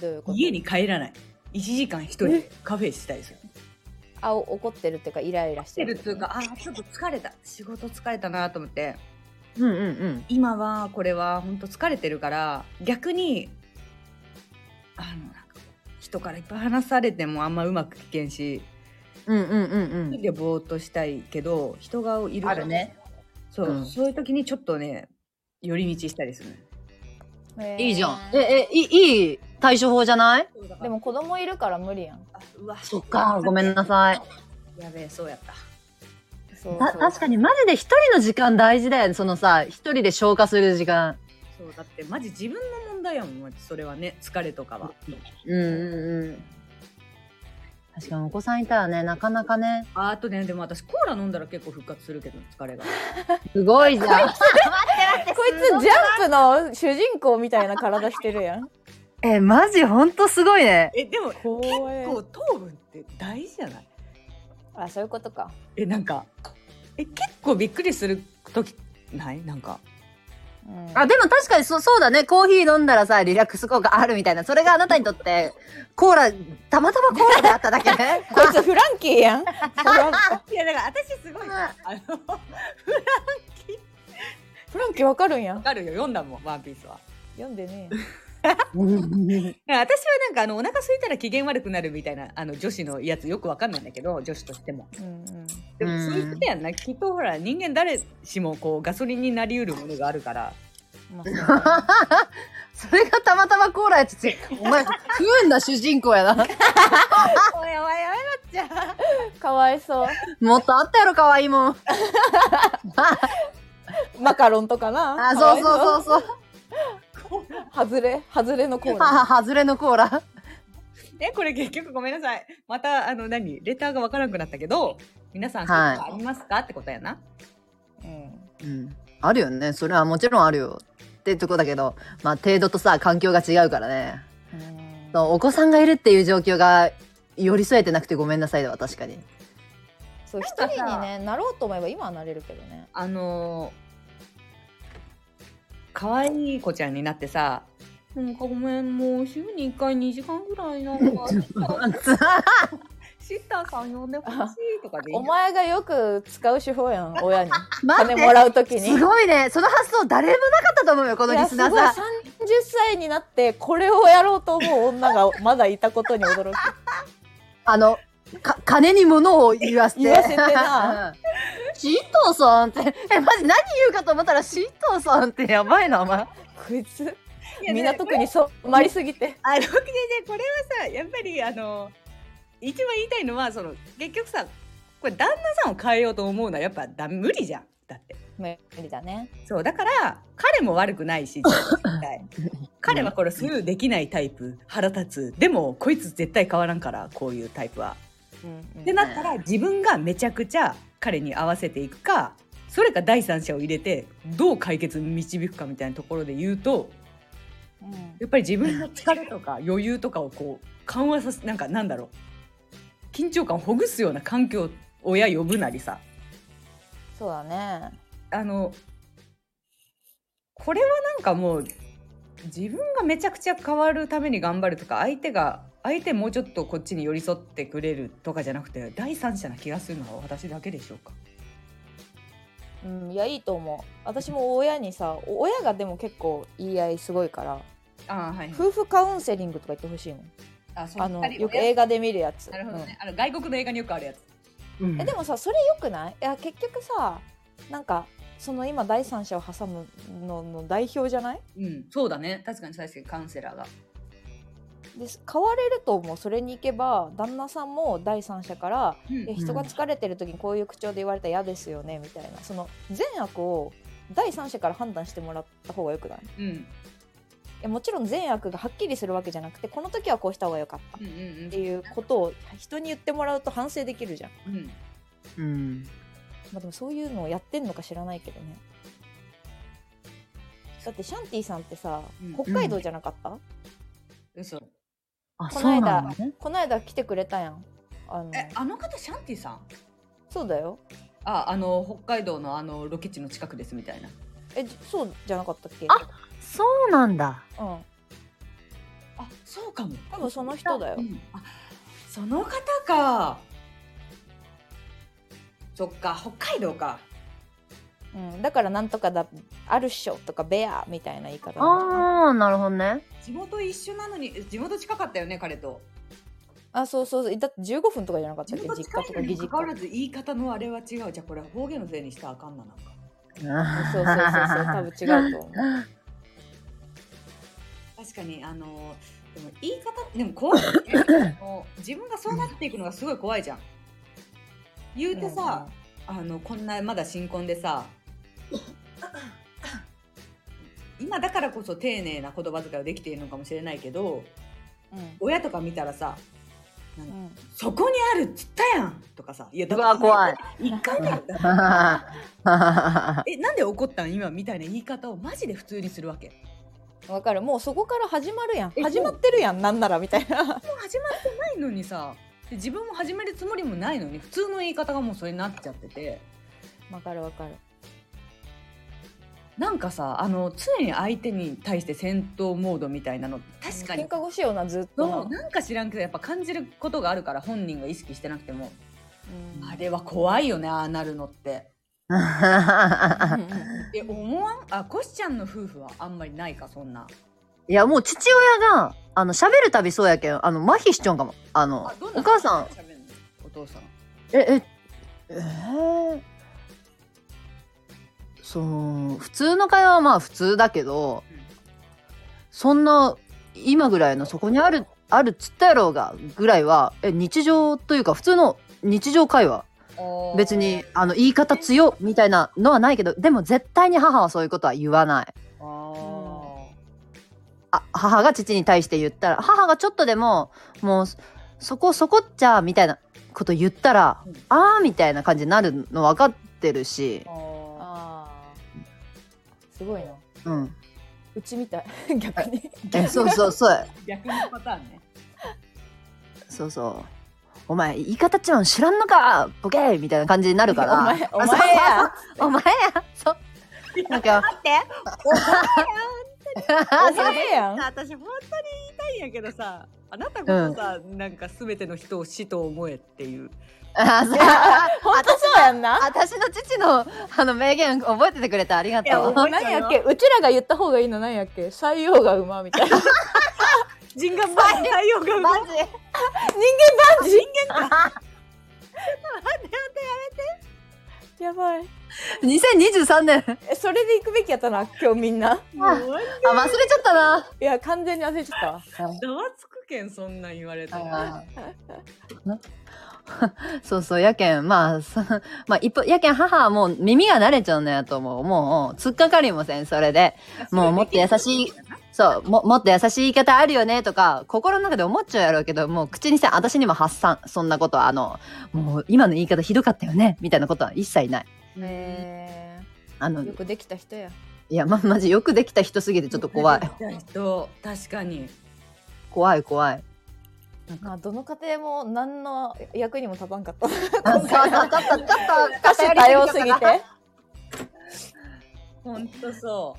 どういうこと
家に帰らない1時間1人カフェしたいですよ。
あお怒ってるっていうかイライラし
してて
る
る
っ
ってて
い
いうう
か
かあーちょっと疲れた仕事疲れたなと思って
うんうんうん。
今はこれは本当疲れてるから逆にあのなんか人からいっぱい話されてもあんまうまく聞けんし
うんうんうん
一人でぼーっとしたいけど人がいる
あるね。
そう、
うん
そういう時にちょっとね寄り道したりするね
へー
いいじゃん。え、え、いい、いい対処法じゃない
でも子供いるから無理やん
あうわ
そっか、ごめんなさい。
やべえそうやった
そう
た確かにマジで一人の時間大事だよね。そのさ、一人で消化する時間。
そうだってマジ自分の問題やもんマジそれはね疲れとかは、
うんうんうん。確かにお子さんいたらね、なかなかね。
ああとねでも私コーラ飲んだら結構復活するけど疲れが。
す
[LAUGHS]
ごいじゃん。
こいつジャンプの主人公みたいな体してる
[LAUGHS]
やん。
え、マジほんとすごいね。
えでも
怖い
結構糖分って大事じゃない
あ、そういうことか。
えなんかえ結構びっくりする時ないなんか
うん、
あ、でも確かにそそうだね。コーヒー飲んだらさ、リラックス効果あるみたいな。それがあなたにとって、コーラ、たまたまコーラであっただけ
[LAUGHS]
ね。
こいつフランキーやん。フラン
いやだから私すごいあのわ
[LAUGHS] フランキーわかるんやん。
かるよ読んだもん「ワンピースは
読んでね
いや私はなんかあのお腹空いたら機嫌悪くなるみたいなあの女子のやつよくわかんないんだけど女子としても
え。うんうん。
でも
うん
そういうことやんなきっとほら人間誰しもこうガソリンになりうるものがあるから
まあ
それがたまたまコーラやつって、お前、不運な主人公やな。
そう、おやおやおやなっち
[LAUGHS]
ゃん。かわいそう。
もっとあったやろ、可愛いもん。
マカロンとかな。
あ、そう
かわい
そうそうそう。
そう。外れ、外れのコーナー。
はは、 [LAUGHS] 外れのコーラ。
ね、これ結局ごめんなさい。また、あの、何レターがわからなくなったけど、皆さん、
は
はいい、ありますかってことやな。
うん。
うん。あるよね。それはもちろんあるよ。ってとこだけど、まあ、程度とさ、環境が違うからね。
うん
そうお子さんがいるっていう状況が寄り添えてなくてごめんなさいでは確かに。
そう、一
なんかさ
人にね、なろうと思えば今はなれるけどね。
あのー、可愛い子ちゃんになってさ、なんかごめん、もう週に1回2時間ぐらいなん
[LAUGHS]
か、シッターさん呼んでほしいとかでいい
お前がよく使う手法やん、親に。
[LAUGHS] 待
金
っ
も
て
らうときに。
すごいねその発想誰もなかったと思うよこの
い
リ
や
ス
す
ナ
ご
ー
い
さん。
30歳になってこれをやろうと思う女がまだいたことに
[LAUGHS]
驚く
あのか金に物を言わせて。
言わせてな
[LAUGHS] うん。シートーさんってえマジ何言うかと思ったらシートーさんってやばいなお前。
こいつ
いやね
港区に染まりすぎて
あの、でこれはさ、やっぱり、あの、一番言いたいのはその結局さこれ旦那さんを変えようと思うのはやっぱだ無理じゃんだって
無理だね。
そうだから彼も悪くない
[LAUGHS]
し絶対彼はこれスルーできないタイプ腹立つでもこいつ絶対変わらんからこういうタイプは。
うん
ってなったら自分がめちゃくちゃ彼に合わせていくかそれか第三者を入れてどう解決に導くかみたいなところで言うと
うん
やっぱり自分の疲れとか余裕とかをこう緩和させなんかなんだろう緊張感をほぐすような環境を親呼ぶなりさ
そうだね。
あのこれはなんかもう自分がめちゃくちゃ変わるために頑張るとか相手が相手もうちょっとこっちに寄り添ってくれるとかじゃなくて第三者な気がするのは私だけでしょうか
うん、いやいいと思う。私も親にさ、お親がでも結構言い合いすごいから、
あはい
夫婦カウンセリングとか言ってほしいもん。
あそ
あのよく映画で見るやつ。
なるほどね、あの外国の映画によくあるやつ、
うんえでもさ、それ良くない？いや結局さ、なんかその今第三者を挟むのの代表じゃない？
うん、そうだね確かに最初カウンセラーが
で変われると思う。それに行けば旦那さんも第三者から
うん
いや人が疲れてる時にこういう口調で言われたら嫌ですよねみたいなその善悪を第三者から判断してもらった方がよくないい
うん
やもちろん善悪がはっきりするわけじゃなくてこの時はこうした方が良かったっ
うんうん
ていうことを人に言ってもらうと反省できるじゃん、
うんうん
うん。
まあ、でもそういうのをやってんのか知らないけどねだってシャンティさんってさ
うん
北海道じゃなかった、
嘘
あ、そ
こ
う
の間
なんだね。
この間来てくれたやんあの
えあの方シャンティさん
そうだよ
ああの北海道のあのロケ地の近くですみたいな
えじそうじゃなかったっけ
あそうなんだ。
うん
あそうかも
多分その人だよ
うんあその方かそっか北海道か
うん、だからなんとかだあるっしょとかベアみたいな言い方なんじゃない
ああ、なるほどね。
地元一緒なのにえ地元近かったよね彼と
あそうそうそうだって15分とかじゃなかったっけ実家とか義
に
実
関わら
家
ず言い方のあれは違うじゃあこれは方言のせいにしたらあかんななんか
そうそうそうそう多分違うと思う
確かにあのでも言い方でも怖いよねあの自分がそうなっていくのがすごい怖いじゃん言うてさ、あのこんなまだ新婚でさ今だからこそ丁寧な言葉遣いをできているのかもしれないけど
うん
親とか見たらさ
うんうん
「そこにあるっつったやん!」とかさ「いやだ
う
から
わ、怖い。
一回目だったら [LAUGHS] えなんで怒ったん今」みたいな言い方をマジで普通にするわけ。
わかるもうそこから始まるやん
え
始まってるやんなんならみたいな [LAUGHS]
もう始まってないのにさで自分も始めるつもりもないのに普通の言い方がもうそれになっちゃってて
わかるわかる
なんかさあの常に相手に対して戦闘モードみたいなの確かに
喧嘩腰よなずっとな
そうなんか知らんけどやっぱ感じることがあるから本人が意識してなくても
うん
あれは怖いよねああなるのって。え思わんあコシちゃんの夫婦はあんまりないかそんない
[LAUGHS] や、もう父親が、あの、喋るたびそうやけん、あの、麻痺しちょんかも。あの
あ、どんな
お母さん、
喋るのお父さん
え、え、えー、そう、普通の会話はまあ普通だけど、
うん
そんな、今ぐらいのそこにある、あるっつったやろうが、ぐらいは、え、日常というか普通の日常会話。別に、あの、言い方強みたいなのはないけど、でも絶対に母はそういうことは言わない。
あー
あ母が父に対して言ったら母がちょっとでももうそこそこっちゃみたいなこと言ったら、
うん
ああみたいな感じになるの分かってるし、
あ
あーすごいな
うん、
うちみたい [LAUGHS] 逆に
えそうそうそう
ー逆のパターン [LAUGHS] ね
そうそうお前言い方ちゃうん知らんのかボケーみたいな感じになるから
お前お前や
あ [LAUGHS] そうお前やそうなんか待って
お前やん
私本当に言いたいんやけどさあなたこそさ、なんか全ての人を死と思えっていう
あそう
本当そうやんな
私の父のあの名言覚えててくれてありがとう
何やっけうちらが言った方がいいの何やっけ採用が馬みたいな
人間ば太陽が
マ
馬
ジ
人間 [LAUGHS] だやばい
2023年
えそれで行くべきやったな今日みんな
あ忘れちゃったない
や完全に焦っちゃったわ
ざわつくけんそんなん言われたら
あーな [LAUGHS] そうそう、やけん、まあ、さまあ、一方、やけん母はもう耳が慣れちゃうのやと思う。もう、突っかかりもせん、それで。もう、もっと優しい、そう、も、もっと優しい言い方あるよね、とか、心の中で思っちゃうやろうけど、もう口にせん、私にも発散。そんなことは、あの、もう、今の言い方ひどかったよね、みたいなことは一切ない。
ね
あの、
よくできた人や
いや、ま、まじよくできた人すぎてちょっと怖 [LAUGHS] い。
人確かに
怖い、怖い。
まあどの家庭も何の役にも立たんかった
あそうそうちょっと、ちょっと、
多種多様すぎて
ほんとそ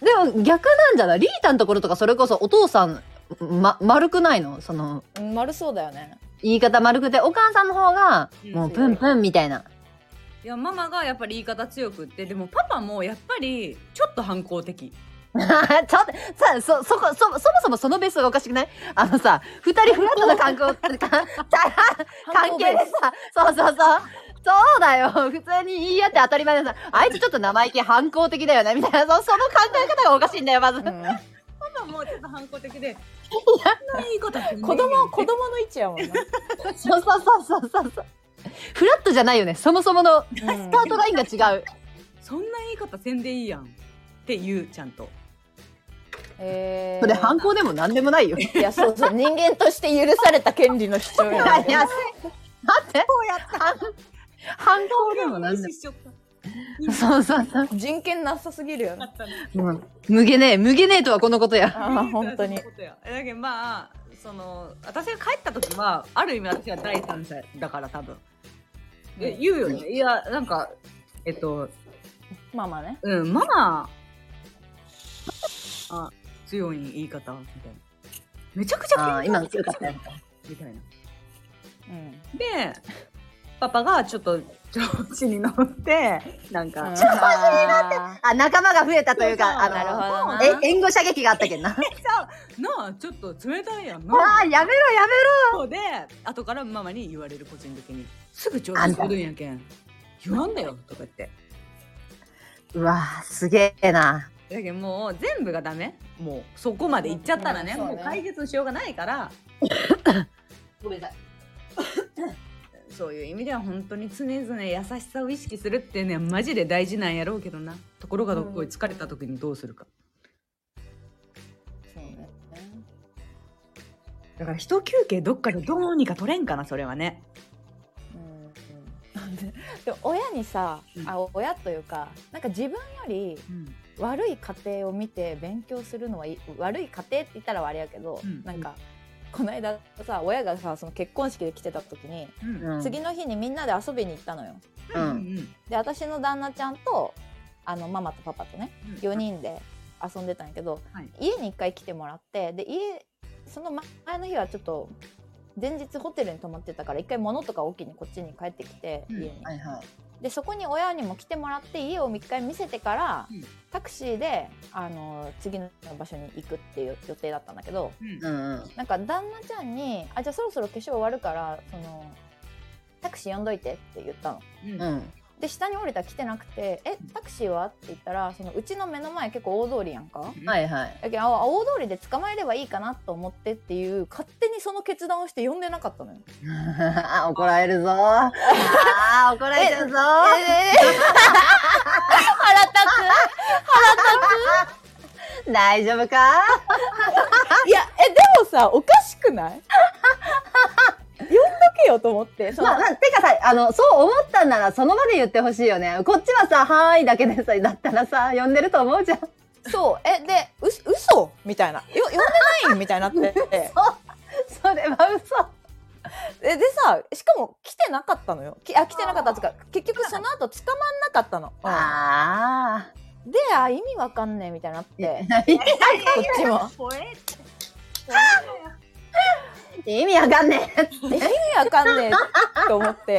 でも逆なんじゃないリータのところとかそれこそお父さん、ま、丸くないのその
うん丸そうだよね
言い方丸くてお母さんの方が
うん
もうプンプンみたいな、
う
[LAUGHS]
いやママがやっぱり言い方強くってでもパパもやっぱりちょっと反抗的
ちょっとさそそこそそもそもそのベースがおかしくないあのさ二人フラットな関係か関係でさ [LAUGHS] そうそうそうそうだよ普通に言い合って当たり前ださあいつちょっと生意気反抗的だよねみたいなそその考え方がおかしいんだよまず、
パパもちょっと反抗的でそんな言い方すんねん
子供子供の位置やもんな、
そうそうそうそうそうそうフラットじゃないよねそもそもの
う
ス
ん
タートラインが違う
そんな言い方せんでいいやんって言うちゃんと
えー
それ反抗でも何でもないよ。
いやそうそう人間として許された権利の主張や
[LAUGHS]
ね
いやだって反反抗でも何で
無視しちゃった
も。そうそうそう。
人権なさすぎるよね
もう無げねえ、無げねえとはこのことや。
ああ本当
[LAUGHS]
に
そういうことやだけどまあその私が帰った時はある意味私は第三者だから多分え言うよねいやなんかえっと
まあまあね
うんママあ強い言い方みたいなめちゃくちゃ
ああ、
喧嘩
今の強かったよ。
みたいな
うん
でパパがちょっと調子に乗ってなんか、
ちょっとな
あ、仲間が増えたとい
そう
うか、
そう
あ
るほ
の、
どな
え、援護射撃があったけんな。
なあちょっと冷たいやんな
ああ、やめろや
そうで後からママに言われる個人的にすぐ調子するんやけん言わんだよとか言って
めろ。うわあ、すげえな。
だけどもう全部がダメもうそこまで行っちゃったらね,、
うんそうね
もう解決のしようがない [COUGHS] から
ごめんなさい。
[COUGHS] そういう意味では本当に常々優しさを意識するってねマジで大事なんやろうけどなところがどっこい疲れた時にどうするか、
そうね
だから一休憩どっかでどうにか取れんかなそれはね
うんでも親にさ
うん
あ親というかなんか自分より
うん
悪い家庭を見て勉強するのはいい悪い家庭って言ったらあれやけど、
うん
なんかこの間さ親がさその結婚式で来てた時に、
うん
うん
次の日にみんなで遊びに行ったのよ。
う
うん
ん
で私の旦那ちゃんとあのママとパパとね
うん
4人で遊んでたんやけど、
はい
家に1回来てもらってで家その前の日はちょっと前日ホテルに泊まってたから1回物とか置きにこっちに帰ってきて
うん
家に。
はいは
でそこに親にも来てもらって家を一回見せてから、
うん
タクシーであの次の場所に行くっていう予定だったんだけど
うん
い。うんうん。
なんか旦那ちゃんに「あじゃあそろそろ化粧終わるからそのタクシー呼んどいて」って言ったの。
うん
うん。
で下に降りたら来てなくて「えタクシーは?」って言ったらそのうちの目の前結構大通りやんか。
はいはい。
だけどああ大通りで捕まえればいいかなと思ってっていう勝手にその決断をして呼んでなかったのよ。
あ怒られるぞ。ああ、怒られちゃうぞ。
腹立
大丈夫か
ついやえでもさおかしくない呼んどけよと思ってその
まあ、なてかさ、あの、そう思ったんならその場で言ってほしいよね。こっちはさ、はーいだけでさ、だったらさ、呼んでると思うじゃん。
そうえでう嘘みたいなよ呼んでないみたいになって
それは嘘。
えでさしかも来てなかったのよきあ来てなかったっていうか結局その後捕まんなかったの、うん
あ
であ意味わかんねえみたいになって
あ。
こっちも
意味わかんねえ。
え意味わかんねえと思って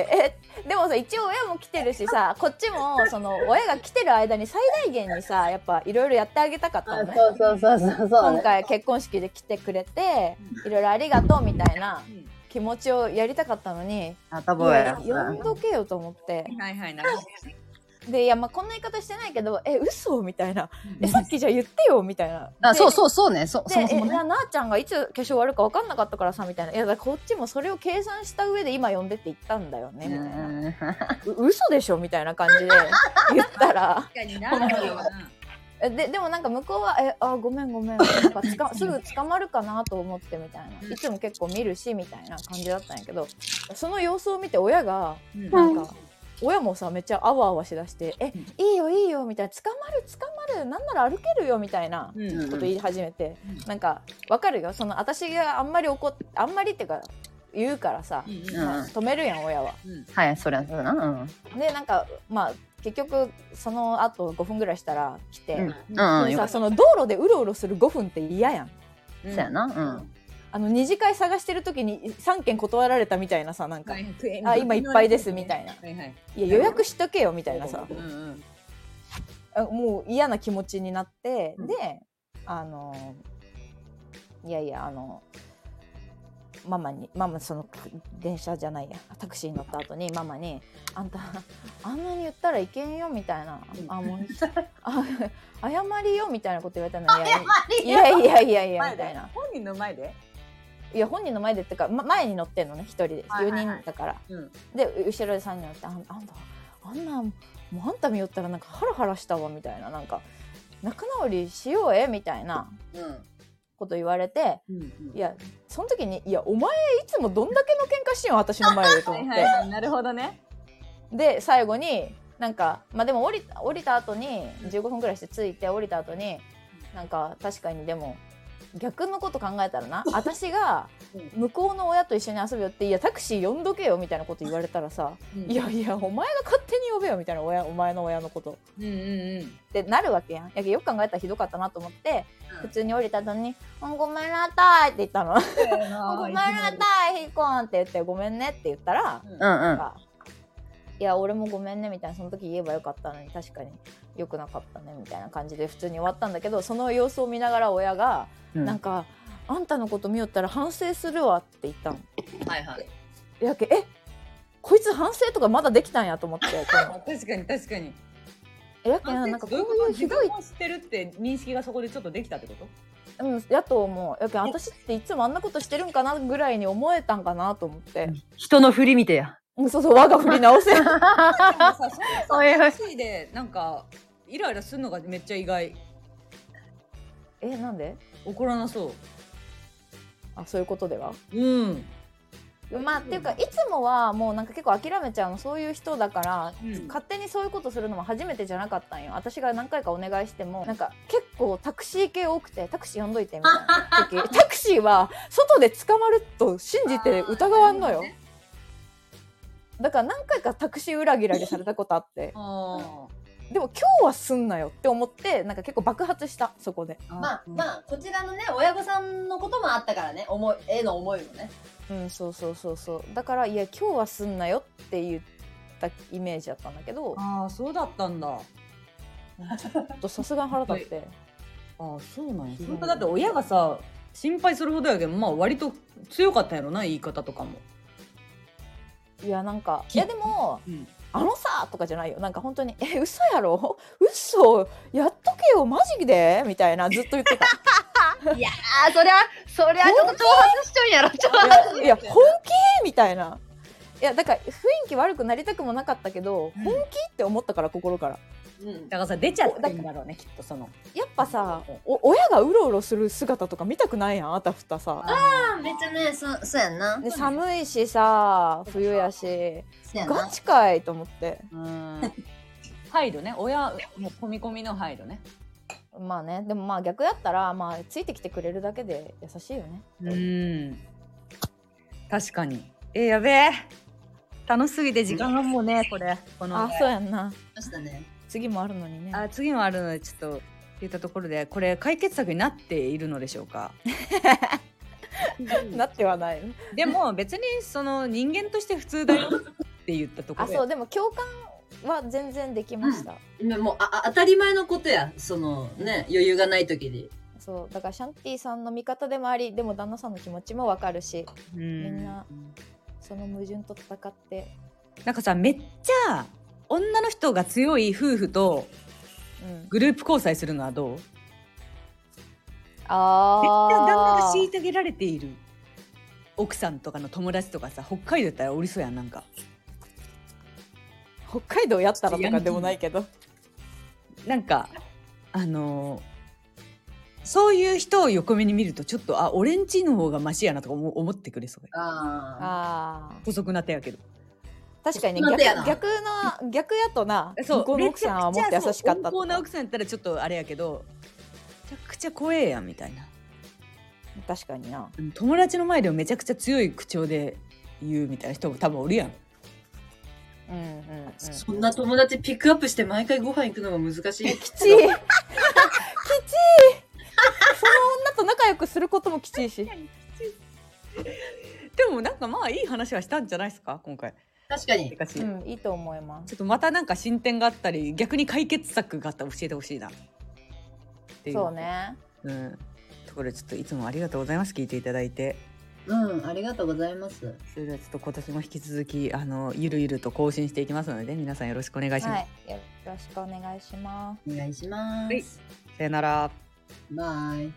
えでもさ一応親も来てるしさこっちもその親が来てる間に最大限にさやっぱいろいろやってあげたかったのね
そうそうそうそうそう、
今回結婚式で来てくれていろいろありがとうみたいな
うん
気持ちをやりたかったのに
頭
いや
や。
呼んどけよと思って
はいはいなるほど
でいやまあこんな言い方してないけどえ嘘みたいなえさっきじゃ言ってよみたいな
あ
で
そうそうそうねそ
で
そもそも
え
ね
ななあちゃんがいつ化粧終わるか分かんなかったからさみたいないやだからこっちもそれを計算した上で今呼んでって言ったんだよねみたいなう嘘でしょみたいな感じで [LAUGHS] 言ったらえででもなんか向こうは「えあごめんごめん」なん
[LAUGHS]
かつかすぐ捕まるかなと思ってみたいないつも結構見るしみたいな感じだったんやけどその様子を見て親がなんか。親もさめっちゃあわあわしだして「えいいよいいよ」みたいな「捕まる捕まるなんなら歩けるよ」みたいな
うん
こと言い始めて、なんかわかるよその私があんまり怒っあんまりっていうか言うからさ、止めるやん親は。
はい、そりゃそうだな。
でなんかまあ結局その後5分ぐらいしたら来て、
うん
で
うん、うん、
も
よか
さ
っ
その道路でうろうろする5分って嫌やん。
たやな。
あの二次会探してる時に3件断られたみたいなさなんか、い、あ今いっぱいですみたいな
はいはい
や予約しとけよみたいなさ
うんうん
あもう嫌な気持ちになって、
うん
であのいやいやあのママにママその電車じゃないやタクシーに乗った後にママに「あんたあんなに言ったらいけんよ」みたいな「あもうあ謝りよ」みたいなこと言われたのにいやいやいやいやみたいな
本人の前で
いや本人の前でってか、ま、前に乗ってんのね一人で
はい
4
はいはい
人だから、
うん
で後ろで3人乗ってあんあんたあんなもうあんた見よったらなんかハラハラしたわみたいななんか仲直りしようえみたいなこと言われて、いやその時に「いやお前いつもどんだけの喧嘩しよう私の前で」と思って、
なるほどね
で最後になんかまあでも降りた降りた後に15分ぐらいして着いて降りた後になんか確かにでも逆のこと考えたらな私が向こうの親と一緒に遊ぶよって「いやタクシー呼んどけよ」みたいなこと言われたらさ「いやいやお前が勝手に呼べよ」みたいな親お前の親のこと。
うんうんうん
ってなるわけやんやけどよく考えたらひどかったなと思って、普通に降りた後に「あごめんなさい」って言ったの「ごめんなさいひこん」って言って「ごめんね」って言ったら、
うん、うん。
かいや俺もごめんねみたいなその時言えばよかったのに確かに良くなかったねみたいな感じで普通に終わったんだけどその様子を見ながら親が、
うん
なんか「あんたのこと見よったら反省するわ」って言ったの。
はいはい
やけえこいつ反省とかまだできたんやと思ってこ [LAUGHS] の
確かに確かに
えやけんなんかこういうひ
自
どい
分を知ってるって認識がそこでちょっとできたってこと
うん、やと思うやけん私っていつもあんなことしてるんかなぐらいに思えたんかなと思って、
人の振り見てや。
うん、そうそう我が振り直せ
でもさそ
おいおい。
の C でなんかイライラするのがめっちゃ意外
えなんで
怒らなそ
あそういうことでは
ううん
まあっていうかいつもはもうなんか結構諦めちゃうのそういう人だから、
うん
勝手にそういうことするのも初めてじゃなかったんよ私が何回かお願いしてもなんか結構タクシー系多くてタクシー呼んどいてみたい [LAUGHS] な時タクシーは外で捕まると信じて疑わんのよ、だから何回かタクシー裏切られされたことあって
あ
でも今日はすんなよって思ってなんか結構爆発したそこで、
あ
まあ、まあ、こちらのね、親御さんのこともあったからね、思い、絵の思いもね。
うん、そうそうそうそうだからいや今日はすんなよって言ったイメージだったんだけど
ああそうだったんだあ
ちょっとさすがに腹立って。
あそうなんや本当だって親がさ心配するほどやけどまあ割と強かったやろな言い方とかも
いやなんかいやでも
うん
「あのさ」とかじゃないよなんか本当に「え嘘やろ嘘やっとけよマジで」みたいなずっと言ってた
あー、そりゃ、そりゃ、ちょっと挑発しちゃうんやろ、挑発。
いやいや本気みたいないやだから雰囲気悪くなりたくもなかったけど、本気って思ったから心から
うん。
だからさ出ちゃってんだろうねきっとその
やっぱさお親がうろうろする姿とか見たくないやんあたふたさ
めっちゃね、そ、そうやんな。
で寒いしさ冬やし
そうやん
ガ
な。
チかいと思って
うん [LAUGHS] 配慮ね親もう込み込みの配慮ね
まあねでもまあ逆やったらまあついてきてくれるだけで優しいよね
うん確かにえやべえ楽しすぎて時間がもうねこれこの
あそうやんな
ましたね。
次もあるのにね
あ次もあるのでちょっと言ったところでこれ解決策になっているのでしょうか
なってはない
でも別にその人間として普通だよって言ったところ
あ
で
そうでも共感は全然できました、
ねもう、あ、あ当たり前のことや。その、ね、余裕がない時に。
そうだからシャンティさんの味方でもありでも旦那さんの気持ちもわかるし
う
みん
ん
なその矛盾と戦って
なんかさめっちゃ同女の人が強い夫婦と
うん、
グループ交際するのはどうめっち
あ
ゃ旦那が
あ
虐げられている奥さんとかの友達とかさ北海道やったらおりそうやんなんか
北海道やったらとかでもないけど
なんかあのーそういう人を横目に見るとちょっとあ俺んちの方がマシやなとか思思ってくれそうや
あ
ああ
補足な手やけど
確かにね
そんな
逆
手やな
逆の逆やとな
そう
向こうの奥さんはもっと優しか
めちゃくち
った
ゃそう温厚
と
な
か
奥さんやったらちょっとあれやけどめちゃくちゃ怖えやんみたいな
確かにな
友達の前でもめちゃくちゃ強い口調で言うみたいな人も多分おるやん
うんうん、うん、
あ。そんな友達ピックアップして毎回ご飯行くのが難しい。
[LAUGHS] きちいきちいその女と仲良くすることもきちいし
でもなんかまあいい話はしたんじゃないですか今回
確かに。
しかし、
うんいいと思います
ちょっとまたなんか進展があったり逆に解決策があったら教えてほしいなってい
そう、ね
うん、ところでちょっといつもありがとうございます聞いていただいて
うん、ありがとうございます。
それではちょっと今年も引き続きあのゆるゆると更新していきますので皆さんよろしくお願いします、
はいよろしくお願いします
お願いします。
さよなら
バイ。